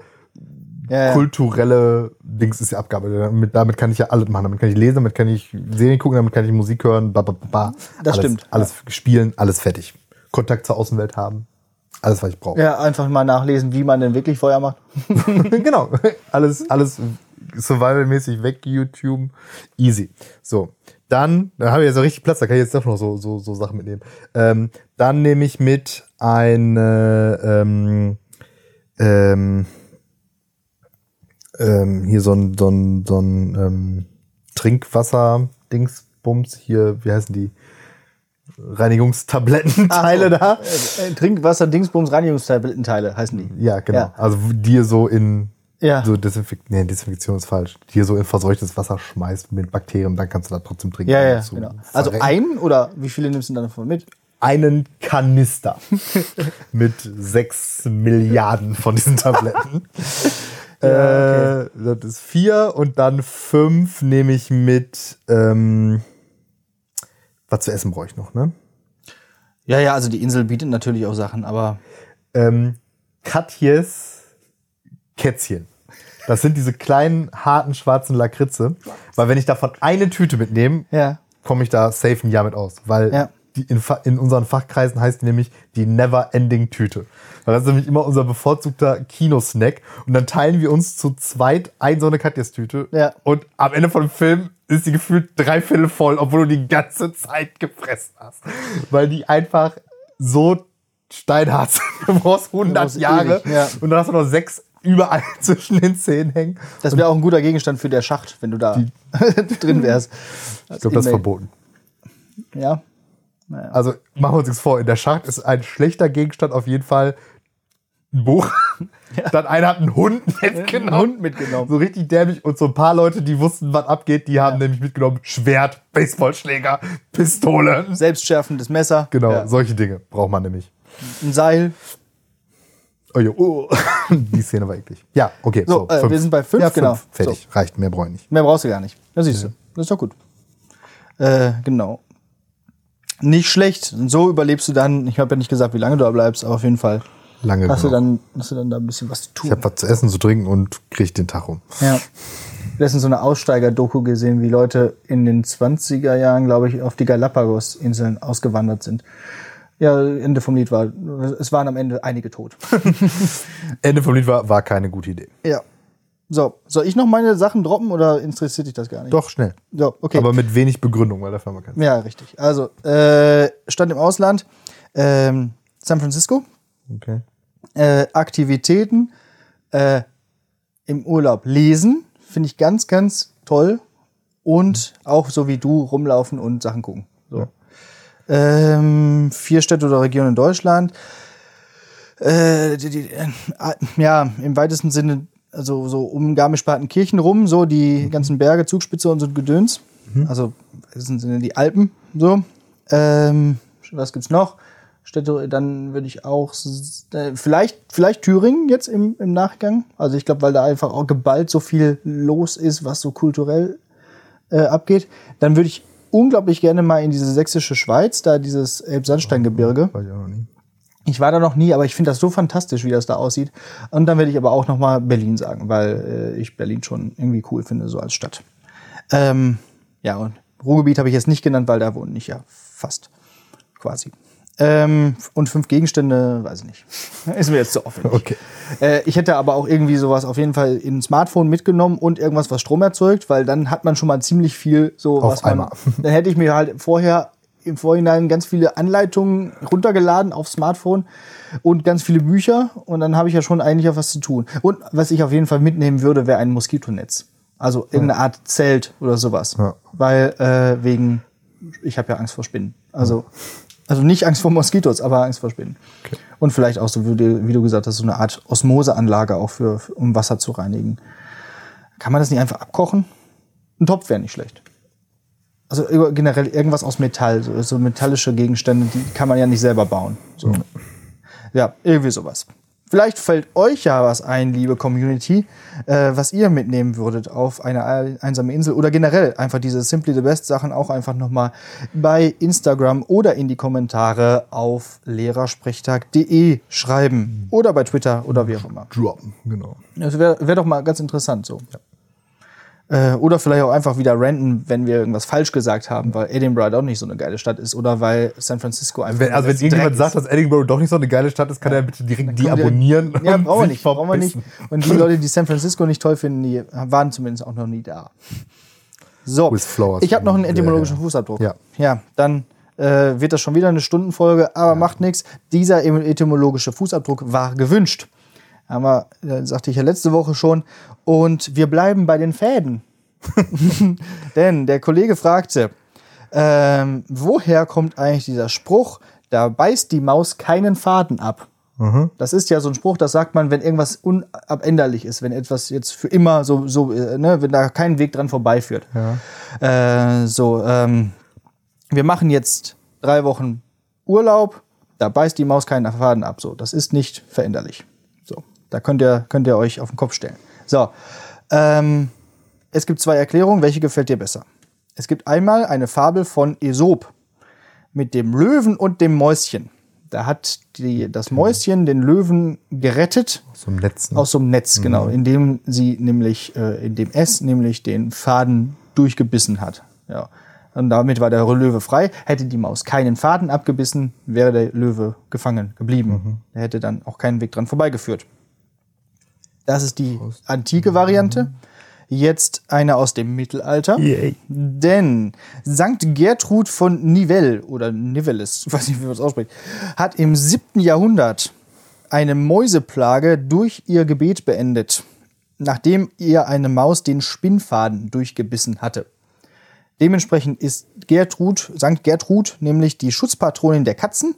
S2: Ja, ja.
S1: kulturelle Dings ist ja Abgabe. Damit, damit kann ich ja alles machen. Damit kann ich lesen, damit kann ich Serien gucken, damit kann ich Musik hören. Bla, bla, bla, bla.
S2: Das
S1: alles,
S2: stimmt.
S1: Alles spielen, alles fertig. Kontakt zur Außenwelt haben. Alles, was ich brauche.
S2: ja, einfach mal nachlesen, wie man denn wirklich Feuer macht.
S1: genau. Alles, alles survivalmäßig weg, YouTube. Easy. So. Dann, da habe ich jetzt so richtig Platz, da kann ich jetzt doch noch so, so, so Sachen mitnehmen. Ähm, dann nehme ich mit eine, ähm, ähm, ähm, hier so ein, so ein, so ein ähm, Trinkwasser-Dingsbums, hier, wie heißen die? Reinigungstablettenteile da.
S2: Äh, äh, Trinkwasser, Dingsbums, Reinigungstablettenteile heißen die.
S1: Ja, genau.
S2: Ja.
S1: Also dir so in
S2: Ja.
S1: so Desinfekt nee, Desinfektion ist falsch. Dir so in verseuchtes Wasser schmeißt mit Bakterien, dann kannst du da trotzdem trinken.
S2: Ja,
S1: ohne
S2: ja,
S1: zu
S2: genau. Also
S1: verrecken.
S2: ein oder wie viele nimmst du denn davon mit?
S1: einen Kanister mit sechs Milliarden von diesen Tabletten. äh, Das ist vier und dann fünf nehme ich mit. Ähm, was zu essen brauche ich noch, ne?
S2: Ja, ja, also die Insel bietet natürlich auch Sachen, aber
S1: ähm, Katjes Kätzchen. Das sind diese kleinen, harten, schwarzen Lakritze. Weil wenn ich davon eine Tüte mitnehme,
S2: ja.
S1: komme ich da safe ein Jahr mit aus. Weil
S2: Ja.
S1: die in, Fa- in unseren Fachkreisen heißt die nämlich die Never-Ending-Tüte. Weil das ist nämlich immer unser bevorzugter Kinosnack. Und dann teilen wir uns zu zweit ein so eine Katjes-Tüte.
S2: Ja.
S1: Und am Ende von dem Film ist die gefühlt dreiviertel voll, obwohl du die ganze Zeit gefressen hast. Weil die einfach so steinhart sind. Du brauchst 100
S2: brauchst
S1: Jahre.
S2: ewig, ja.
S1: Und dann hast du noch sechs überall zwischen den Zähnen hängen.
S2: Das wäre auch ein guter Gegenstand für der Schacht, wenn du da drin wärst.
S1: Ich glaube, das ist
S2: Inmate.
S1: verboten.
S2: Ja.
S1: Also machen wir uns nichts vor, in der Schacht ist ein schlechter Gegenstand auf jeden Fall ein Buch. Dann einer hat einen Hund mitgenommen.
S2: Einen Hund mitgenommen.
S1: So richtig dämlich. Und so ein paar Leute, die wussten, was abgeht, die haben nämlich mitgenommen Schwert, Baseballschläger, Pistole.
S2: Selbstschärfendes Messer.
S1: Genau,
S2: Ja.
S1: solche Dinge braucht man nämlich.
S2: Ein Seil.
S1: Oh, jo, oh. Die Szene war eklig. Ja, okay.
S2: So, äh,
S1: fünf.
S2: wir sind bei fünf,
S1: ja, fünf.
S2: genau.
S1: Fertig, reicht, mehr brauche ich nicht.
S2: Mehr brauchst du gar nicht. Das siehst du. Das ist doch gut. Äh, genau. Nicht schlecht. Und so überlebst du dann, ich habe ja nicht gesagt, wie lange du da bleibst, aber auf jeden Fall
S1: Lange
S2: hast, du
S1: genug.
S2: dann, hast du dann da ein bisschen was zu tun.
S1: genau. Ich habe was zu essen, zu trinken und kriege den Tag um.
S2: Ja. Letztens so eine Aussteiger-Doku gesehen, wie Leute in den 20er Jahren, glaube ich, auf die Galapagos-Inseln ausgewandert sind. Ja, Ende vom Lied war, es waren am Ende einige tot.
S1: Ende vom Lied war, war keine gute Idee.
S2: ja. So, soll ich noch meine Sachen droppen oder interessiert dich das gar nicht?
S1: Doch, schnell.
S2: So, okay.
S1: Aber mit wenig Begründung, weil dafür haben wir keine
S2: ja, richtig. Also, äh, stand im Ausland, ähm, San Francisco,
S1: Okay.
S2: äh, Aktivitäten äh, im Urlaub lesen, finde ich ganz, ganz toll. Und auch so wie du rumlaufen und Sachen gucken. So. Ähm, vier Städte oder Regionen in Deutschland. Äh, die, die, äh, ah, ja, im weitesten Sinne, also so um Garmisch-Partenkirchen rum, so die ganzen Berge, Zugspitze und so Gedöns. Also im weitesten Sinne die Alpen, so. Ähm, was gibt's noch? Städte, dann würde ich auch s- äh, vielleicht, vielleicht Thüringen jetzt im, im Nachgang. Also ich glaube, weil da einfach auch geballt so viel los ist, was so kulturell äh, abgeht. Dann würde ich unglaublich gerne mal in diese sächsische Schweiz, da dieses Elbsandsteingebirge.
S1: War ich auch noch nie.
S2: Ich war da noch nie, aber ich finde das so fantastisch, wie das da aussieht. Und dann werde ich aber auch noch mal Berlin sagen, weil äh, ich Berlin schon irgendwie cool finde, so als Stadt. Ähm, ja, und Ruhrgebiet habe ich jetzt nicht genannt, weil da wohne ich ja fast quasi. Ähm, und fünf Gegenstände, weiß ich nicht. Ist mir jetzt zu offen.
S1: Okay.
S2: Äh, ich hätte aber auch irgendwie sowas auf jeden Fall in ein Smartphone mitgenommen und irgendwas, was Strom erzeugt, weil dann hat man schon mal ziemlich viel so
S1: Auf
S2: was man,
S1: einmal.
S2: Dann hätte ich mir halt vorher im Vorhinein ganz viele Anleitungen runtergeladen aufs Smartphone und ganz viele Bücher und dann habe ich ja schon eigentlich auch was zu tun. Und was ich auf jeden Fall mitnehmen würde, wäre ein Moskitonetz. Also irgendeine Art Zelt oder sowas.
S1: Ja.
S2: Weil äh, wegen, ich habe ja Angst vor Spinnen. Also, also nicht Angst vor Moskitos, aber Angst vor Spinnen. Und vielleicht auch so, wie du, wie du gesagt hast, so eine Art Osmoseanlage auch für, um Wasser zu reinigen. Kann man das nicht einfach abkochen? Ein Topf wäre nicht schlecht. Also über- generell irgendwas aus Metall, so, so metallische Gegenstände, die kann man ja nicht selber bauen. So. Ja, irgendwie sowas. Vielleicht fällt euch ja was ein, liebe Community, äh, was ihr mitnehmen würdet auf eine ei- einsame Insel oder generell einfach diese Simply the Best Sachen auch einfach nochmal bei Instagram oder in die Kommentare auf lehrersprechtag.de schreiben oder bei Twitter oder wie auch immer.
S1: Droppen, genau.
S2: Das wäre wär doch mal ganz interessant so. Äh, oder vielleicht auch einfach wieder ranten, wenn wir irgendwas falsch gesagt haben, weil Edinburgh doch nicht so eine geile Stadt ist oder weil San Francisco einfach.
S1: Wenn, also wenn
S2: das
S1: irgendjemand
S2: Dreck
S1: sagt, dass Edinburgh doch nicht so eine geile Stadt ist, kann er bitte direkt die abonnieren.
S2: ist. Ja,
S1: und
S2: brauchen wir
S1: sich
S2: nicht, brauchen wir nicht.
S1: verpissen.
S2: Und die Leute, die San Francisco nicht toll finden, die waren zumindest auch noch nie da. So,
S1: With flowers
S2: ich habe noch einen
S1: from the
S2: etymologischen
S1: air.
S2: Fußabdruck.
S1: Ja.
S2: ja dann äh, wird das schon wieder eine Stundenfolge, aber macht nichts. Dieser e- etymologische Fußabdruck war gewünscht. Haben wir, äh, sagte ich ja letzte Woche schon. Und wir bleiben bei den Fäden. Denn der Kollege fragte, ähm, woher kommt eigentlich dieser Spruch, da beißt die Maus keinen Faden ab? Das ist ja so ein Spruch, das sagt man, wenn irgendwas unabänderlich ist, wenn etwas jetzt für immer so, so äh, ne, wenn da kein Weg dran vorbeiführt. Äh, so, ähm, wir machen jetzt drei Wochen Urlaub, da beißt die Maus keinen Faden ab. So, das ist nicht veränderlich. So, da könnt ihr, könnt ihr euch auf den Kopf stellen. So, ähm, es gibt zwei Erklärungen, welche gefällt dir besser? Es gibt einmal eine Fabel von Aesop mit dem Löwen und dem Mäuschen. Da hat die, das Mäuschen den Löwen gerettet
S1: So im letzten.
S2: aus so einem Netz, genau, in dem sie nämlich, äh, in dem es nämlich den Faden durchgebissen hat. Ja. Und damit war der Löwe frei. Hätte die Maus keinen Faden abgebissen, wäre der Löwe gefangen geblieben. Er hätte dann auch keinen Weg dran vorbeigeführt. Das ist die antike Variante. Jetzt eine aus dem Mittelalter.
S1: Yay.
S2: Denn Sankt Gertrud von Nivelles oder Nivelles, weiß nicht, wie man es ausspricht, hat im 7. Jahrhundert eine Mäuseplage durch ihr Gebet beendet, nachdem ihr eine Maus den Spinnfaden durchgebissen hatte. Dementsprechend ist Gertrud, Sankt Gertrud, nämlich die Schutzpatronin der Katzen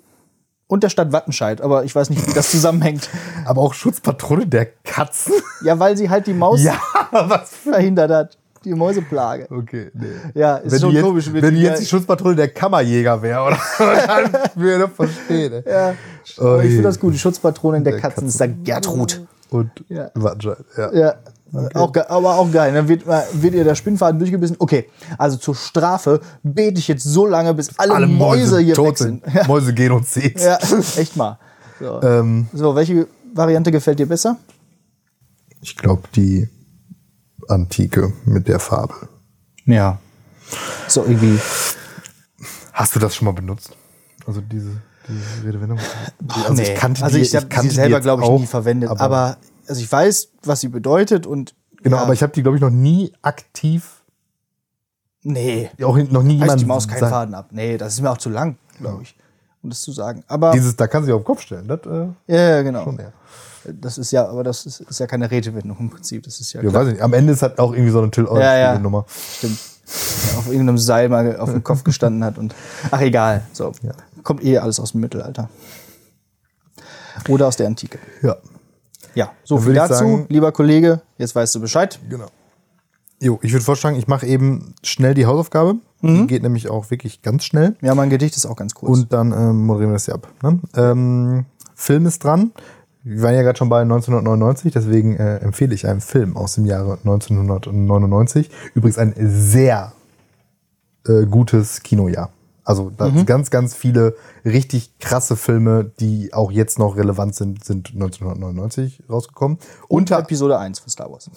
S2: und der Stadt Wattenscheid, aber ich weiß nicht, wie das zusammenhängt.
S1: Aber auch Schutzpatrone der Katzen?
S2: Ja, weil sie halt die Maus
S1: ja, was?
S2: verhindert hat. Die Mäuseplage.
S1: Okay, nee.
S2: Ja, ist
S1: wenn
S2: schon
S1: die jetzt,
S2: komisch.
S1: Wenn die
S2: ja,
S1: jetzt die Schutzpatrone der Kammerjäger wäre, oder? dann würde ich verstehen. ey.
S2: ja.
S1: Oh
S2: Aber ich
S1: je.
S2: finde das gut. Die Schutzpatronin der, Katzen ist dann Gertrud.
S1: Und
S2: Ja.
S1: Wattenscheid, ja.
S2: Ja. Auch, ge- aber auch geil. Dann wird, mal- wird ihr der Spinnfaden durchgebissen. Okay, also zur Strafe bete ich jetzt so lange, bis alle,
S1: Alle
S2: Mäuse, hier
S1: tot
S2: weg sind.
S1: sind. Mäuse gehen und zählt.
S2: Ja, echt mal. So.
S1: Ähm,
S2: so, welche Variante gefällt dir besser?
S1: ich glaube, die Antike mit der Fabel.
S2: Ja. So irgendwie.
S1: Hast du das schon mal benutzt? Also diese, diese Redewendung?
S2: Ach, nee. also ich, hab sie selber, glaube ich, nie verwendet. Aber, also ich weiß, was sie bedeutet und
S1: genau,
S2: ja,
S1: aber ich habe die, glaube ich, noch nie aktiv,
S2: nee,
S1: auch noch nie
S2: reißt
S1: jemand.
S2: die Maus keinen Faden ab. Nee, das ist mir auch zu lang, glaube ich, um das zu sagen. Aber
S1: Dieses, da kann sie auf den Kopf stellen. Das, äh,
S2: ja, ja, genau.
S1: ja.
S2: Das ist ja, aber das ist, ist ja keine Redewendung im Prinzip. Das ist ja,
S1: Ja,
S2: klar.
S1: weiß ich nicht. Am Ende ist halt auch irgendwie so eine till
S2: Ja, ja.
S1: nummer
S2: stimmt. Ja, auf irgendeinem Seil mal auf dem Kopf gestanden hat und ach egal. So
S1: Ja.
S2: kommt eh alles aus dem Mittelalter oder aus der Antike.
S1: Ja,
S2: Ja, so
S1: Dann
S2: viel
S1: würde ich
S2: dazu,
S1: sagen-
S2: lieber Kollege. Jetzt weißt du Bescheid.
S1: genau. Jo, ich würde vorschlagen, ich mache eben schnell die Hausaufgabe.
S2: Mhm.
S1: Die geht nämlich auch wirklich ganz schnell.
S2: Ja, mein Gedicht ist auch ganz kurz.
S1: Und dann ähm, moderieren wir das hier ab. Ne? Ähm, Film ist dran. Wir waren ja gerade schon bei 1999, deswegen äh, empfehle ich einen Film aus dem Jahre 1999. Übrigens ein sehr äh, gutes Kinojahr. Also da sind ganz, ganz viele richtig krasse Filme, die auch jetzt noch relevant sind, sind 1999 rausgekommen.
S2: unter
S1: Unter
S2: Episode 1 von Star Wars.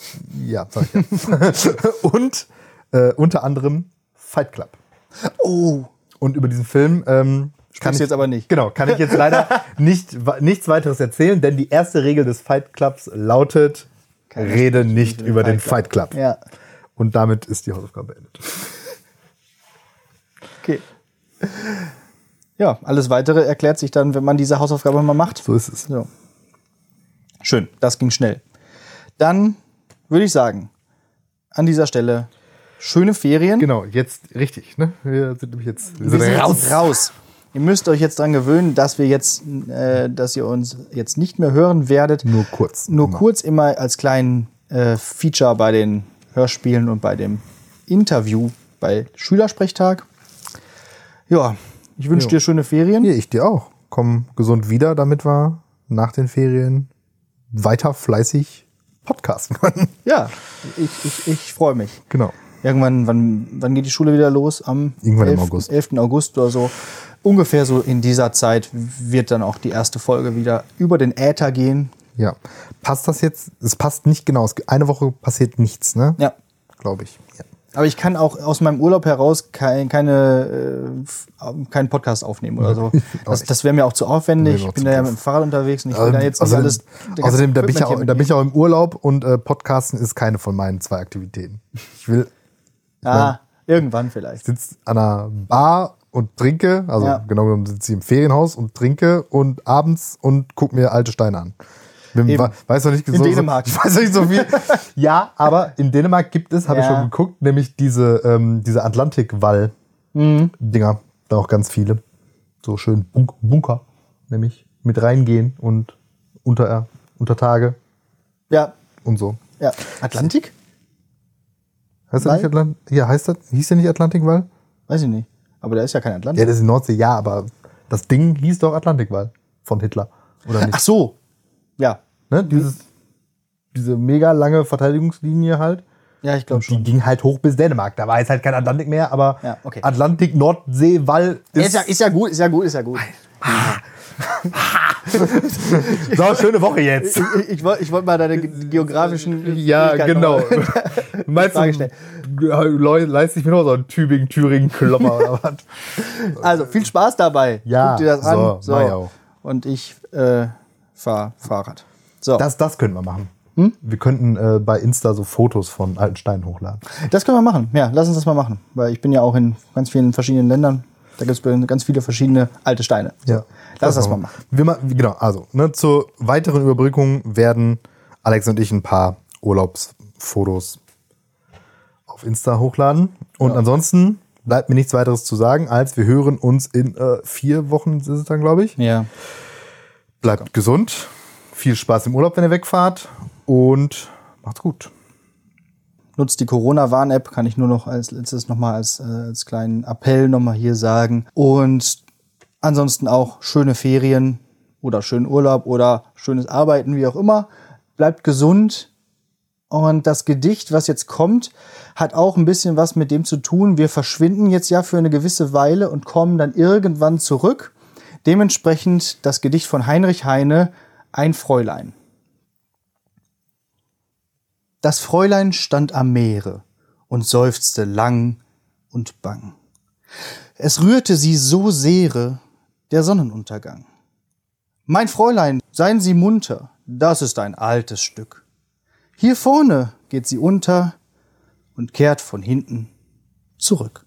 S1: ja, sag ich ja. und äh, unter anderem Fight Club.
S2: Oh,
S1: Und über diesen Film ähm, kann ich
S2: jetzt aber nicht.
S1: Genau, kann ich jetzt leider nicht, wa- nichts weiteres erzählen, denn die erste Regel des Fight Clubs lautet:
S2: Keine
S1: Rede nicht über den Fight Club.
S2: Ja,
S1: Und damit ist die Hausaufgabe beendet.
S2: okay. Ja, alles weitere erklärt sich dann, wenn man diese Hausaufgabe mal macht.
S1: So ist es.
S2: So. Schön, das ging schnell. Dann würde ich sagen, an dieser Stelle schöne Ferien.
S1: Genau, jetzt richtig. Ne? Wir sind nämlich jetzt wir
S2: Wir sind jetzt raus. Ihr müsst euch jetzt dran gewöhnen, dass wir jetzt, äh, dass ihr uns jetzt nicht mehr hören werdet.
S1: Nur kurz. Genau.
S2: Nur
S1: Immer.
S2: kurz immer als kleinen äh, Feature bei den Hörspielen und bei dem Interview bei Schülersprechtag. Ja, ich wünsche dir schöne Ferien.
S1: Hier, ich dir auch. Komm gesund wieder, damit wir nach den Ferien weiter fleißig podcasten können.
S2: Ja, ich, ich, ich freue mich.
S1: Genau.
S2: Irgendwann, wann, wann geht die Schule wieder los? Am
S1: Irgendwann im August.
S2: 11. August oder so. Ungefähr so in dieser Zeit wird dann auch die erste Folge wieder über den Äther gehen.
S1: Ja. Passt das jetzt? Es passt nicht genau. Es- Eine Woche passiert nichts, ne?
S2: Ja.
S1: Glaube ich. Ja.
S2: Aber ich kann auch aus meinem Urlaub heraus kein, keine, äh, f- keinen Podcast aufnehmen oder so. Das, das wäre mir auch zu
S1: Nee,
S2: aufwendig.
S1: war
S2: Ich bin
S1: zu
S2: da ja
S1: doof.
S2: mit dem Fahrrad unterwegs und ich will
S1: Ähm,
S2: da jetzt nicht
S1: außerdem,
S2: alles.
S1: außerdem da, bin ich ja auch, da bin
S2: ich
S1: ich auch im Urlaub und äh, Podcasten ist keine von meinen zwei Aktivitäten. Ich will
S2: Ah, irgendwann vielleicht.
S1: sitze an einer Bar und trinke, also
S2: Ja.
S1: genau genommen sitze ich im Ferienhaus und trinke und abends und guck mir alte Steine an. Bin,
S2: Eben.
S1: we- weiß noch nicht so,
S2: Dänemark.
S1: So, ich weiß noch nicht so viel. ja, aber in Dänemark gibt es, habe ich
S2: Ja.
S1: schon geguckt, nämlich diese, ähm, diese
S2: Mhm.
S1: Atlantikwall-Dinger. Da auch ganz viele. So schön Bunk Bunker, nämlich mit reingehen und unter, unter Tage
S2: Ja,
S1: und so.
S2: ja. Atlantik?
S1: Heißt das
S2: Wall?
S1: nicht Atlant ja, heißt das, hieß der nicht Atlantikwall?
S2: Weiß ich nicht. Aber da ist ja kein Atlantik.
S1: Ja, das ist die Nordsee, ja, aber das Ding hieß doch Atlantikwall von Hitler. Oder nicht?
S2: Ach so. Ja.
S1: Ne? Dieses, diese mega lange Verteidigungslinie halt.
S2: Ja, ich glaube schon.
S1: Die ging halt hoch bis Dänemark. Da war jetzt halt kein Atlantik mehr, aber
S2: Ja, okay.
S1: Atlantik, Nordsee, Wall
S2: Ist,
S1: ist.
S2: ja, ist ja gut, ist ja gut, ist ja gut.
S1: so, schöne Woche jetzt.
S2: Ich, ich wollte ich wollt mal deine ge- geografischen.
S1: Ja,
S2: Fähigkeiten
S1: genau.
S2: noch-
S1: Meinst
S2: Frage
S1: du,
S2: stellen.
S1: leu- leist ich mir noch so einen Tübingen, Thüringen, Klopper oder was?
S2: Also viel Spaß dabei.
S1: Ja,
S2: Guck dir das
S1: so,
S2: an.
S1: mach ich auch.
S2: Und ich äh, fahre Fahrrad. So,
S1: Das,
S2: das,
S1: das können wir machen. Wir könnten äh, bei Insta so Fotos von alten Steinen hochladen.
S2: können wir machen. Ja, lass uns das mal machen. Weil ich bin ja auch in ganz vielen verschiedenen Ländern. Da gibt es ganz viele verschiedene alte Steine.
S1: Ja.
S2: Lass das mal machen.
S1: Wir ma genau, also ne, zur weiteren Überbrückung werden Alex und ich ein paar Urlaubsfotos auf Insta hochladen. Und ansonsten bleibt mir nichts weiteres zu sagen, als wir hören uns in äh, vier Wochen, ist es dann, glaube ich.
S2: Ja.
S1: Bleibt gesund. Viel Spaß im Urlaub, wenn ihr wegfahrt. Und macht's gut.
S2: Nutzt die Corona-Warn-App, kann ich nur noch als letztes nochmal als, äh, als kleinen Appell nochmal hier sagen. Und ansonsten auch schöne Ferien oder schönen Urlaub oder schönes Arbeiten, wie auch immer. Bleibt gesund. Und das Gedicht, was jetzt kommt, hat auch ein bisschen was mit dem zu tun. Wir verschwinden jetzt ja für eine gewisse Weile und kommen dann irgendwann zurück. Dementsprechend das Gedicht von Heinrich Heine, Ein Fräulein. Das Fräulein stand am Meere und seufzte lang und bang. Es rührte sie so sehre der Sonnenuntergang. Mein Fräulein, seien Sie munter, das ist ein altes Stück. Hier vorne geht sie unter und kehrt von hinten zurück.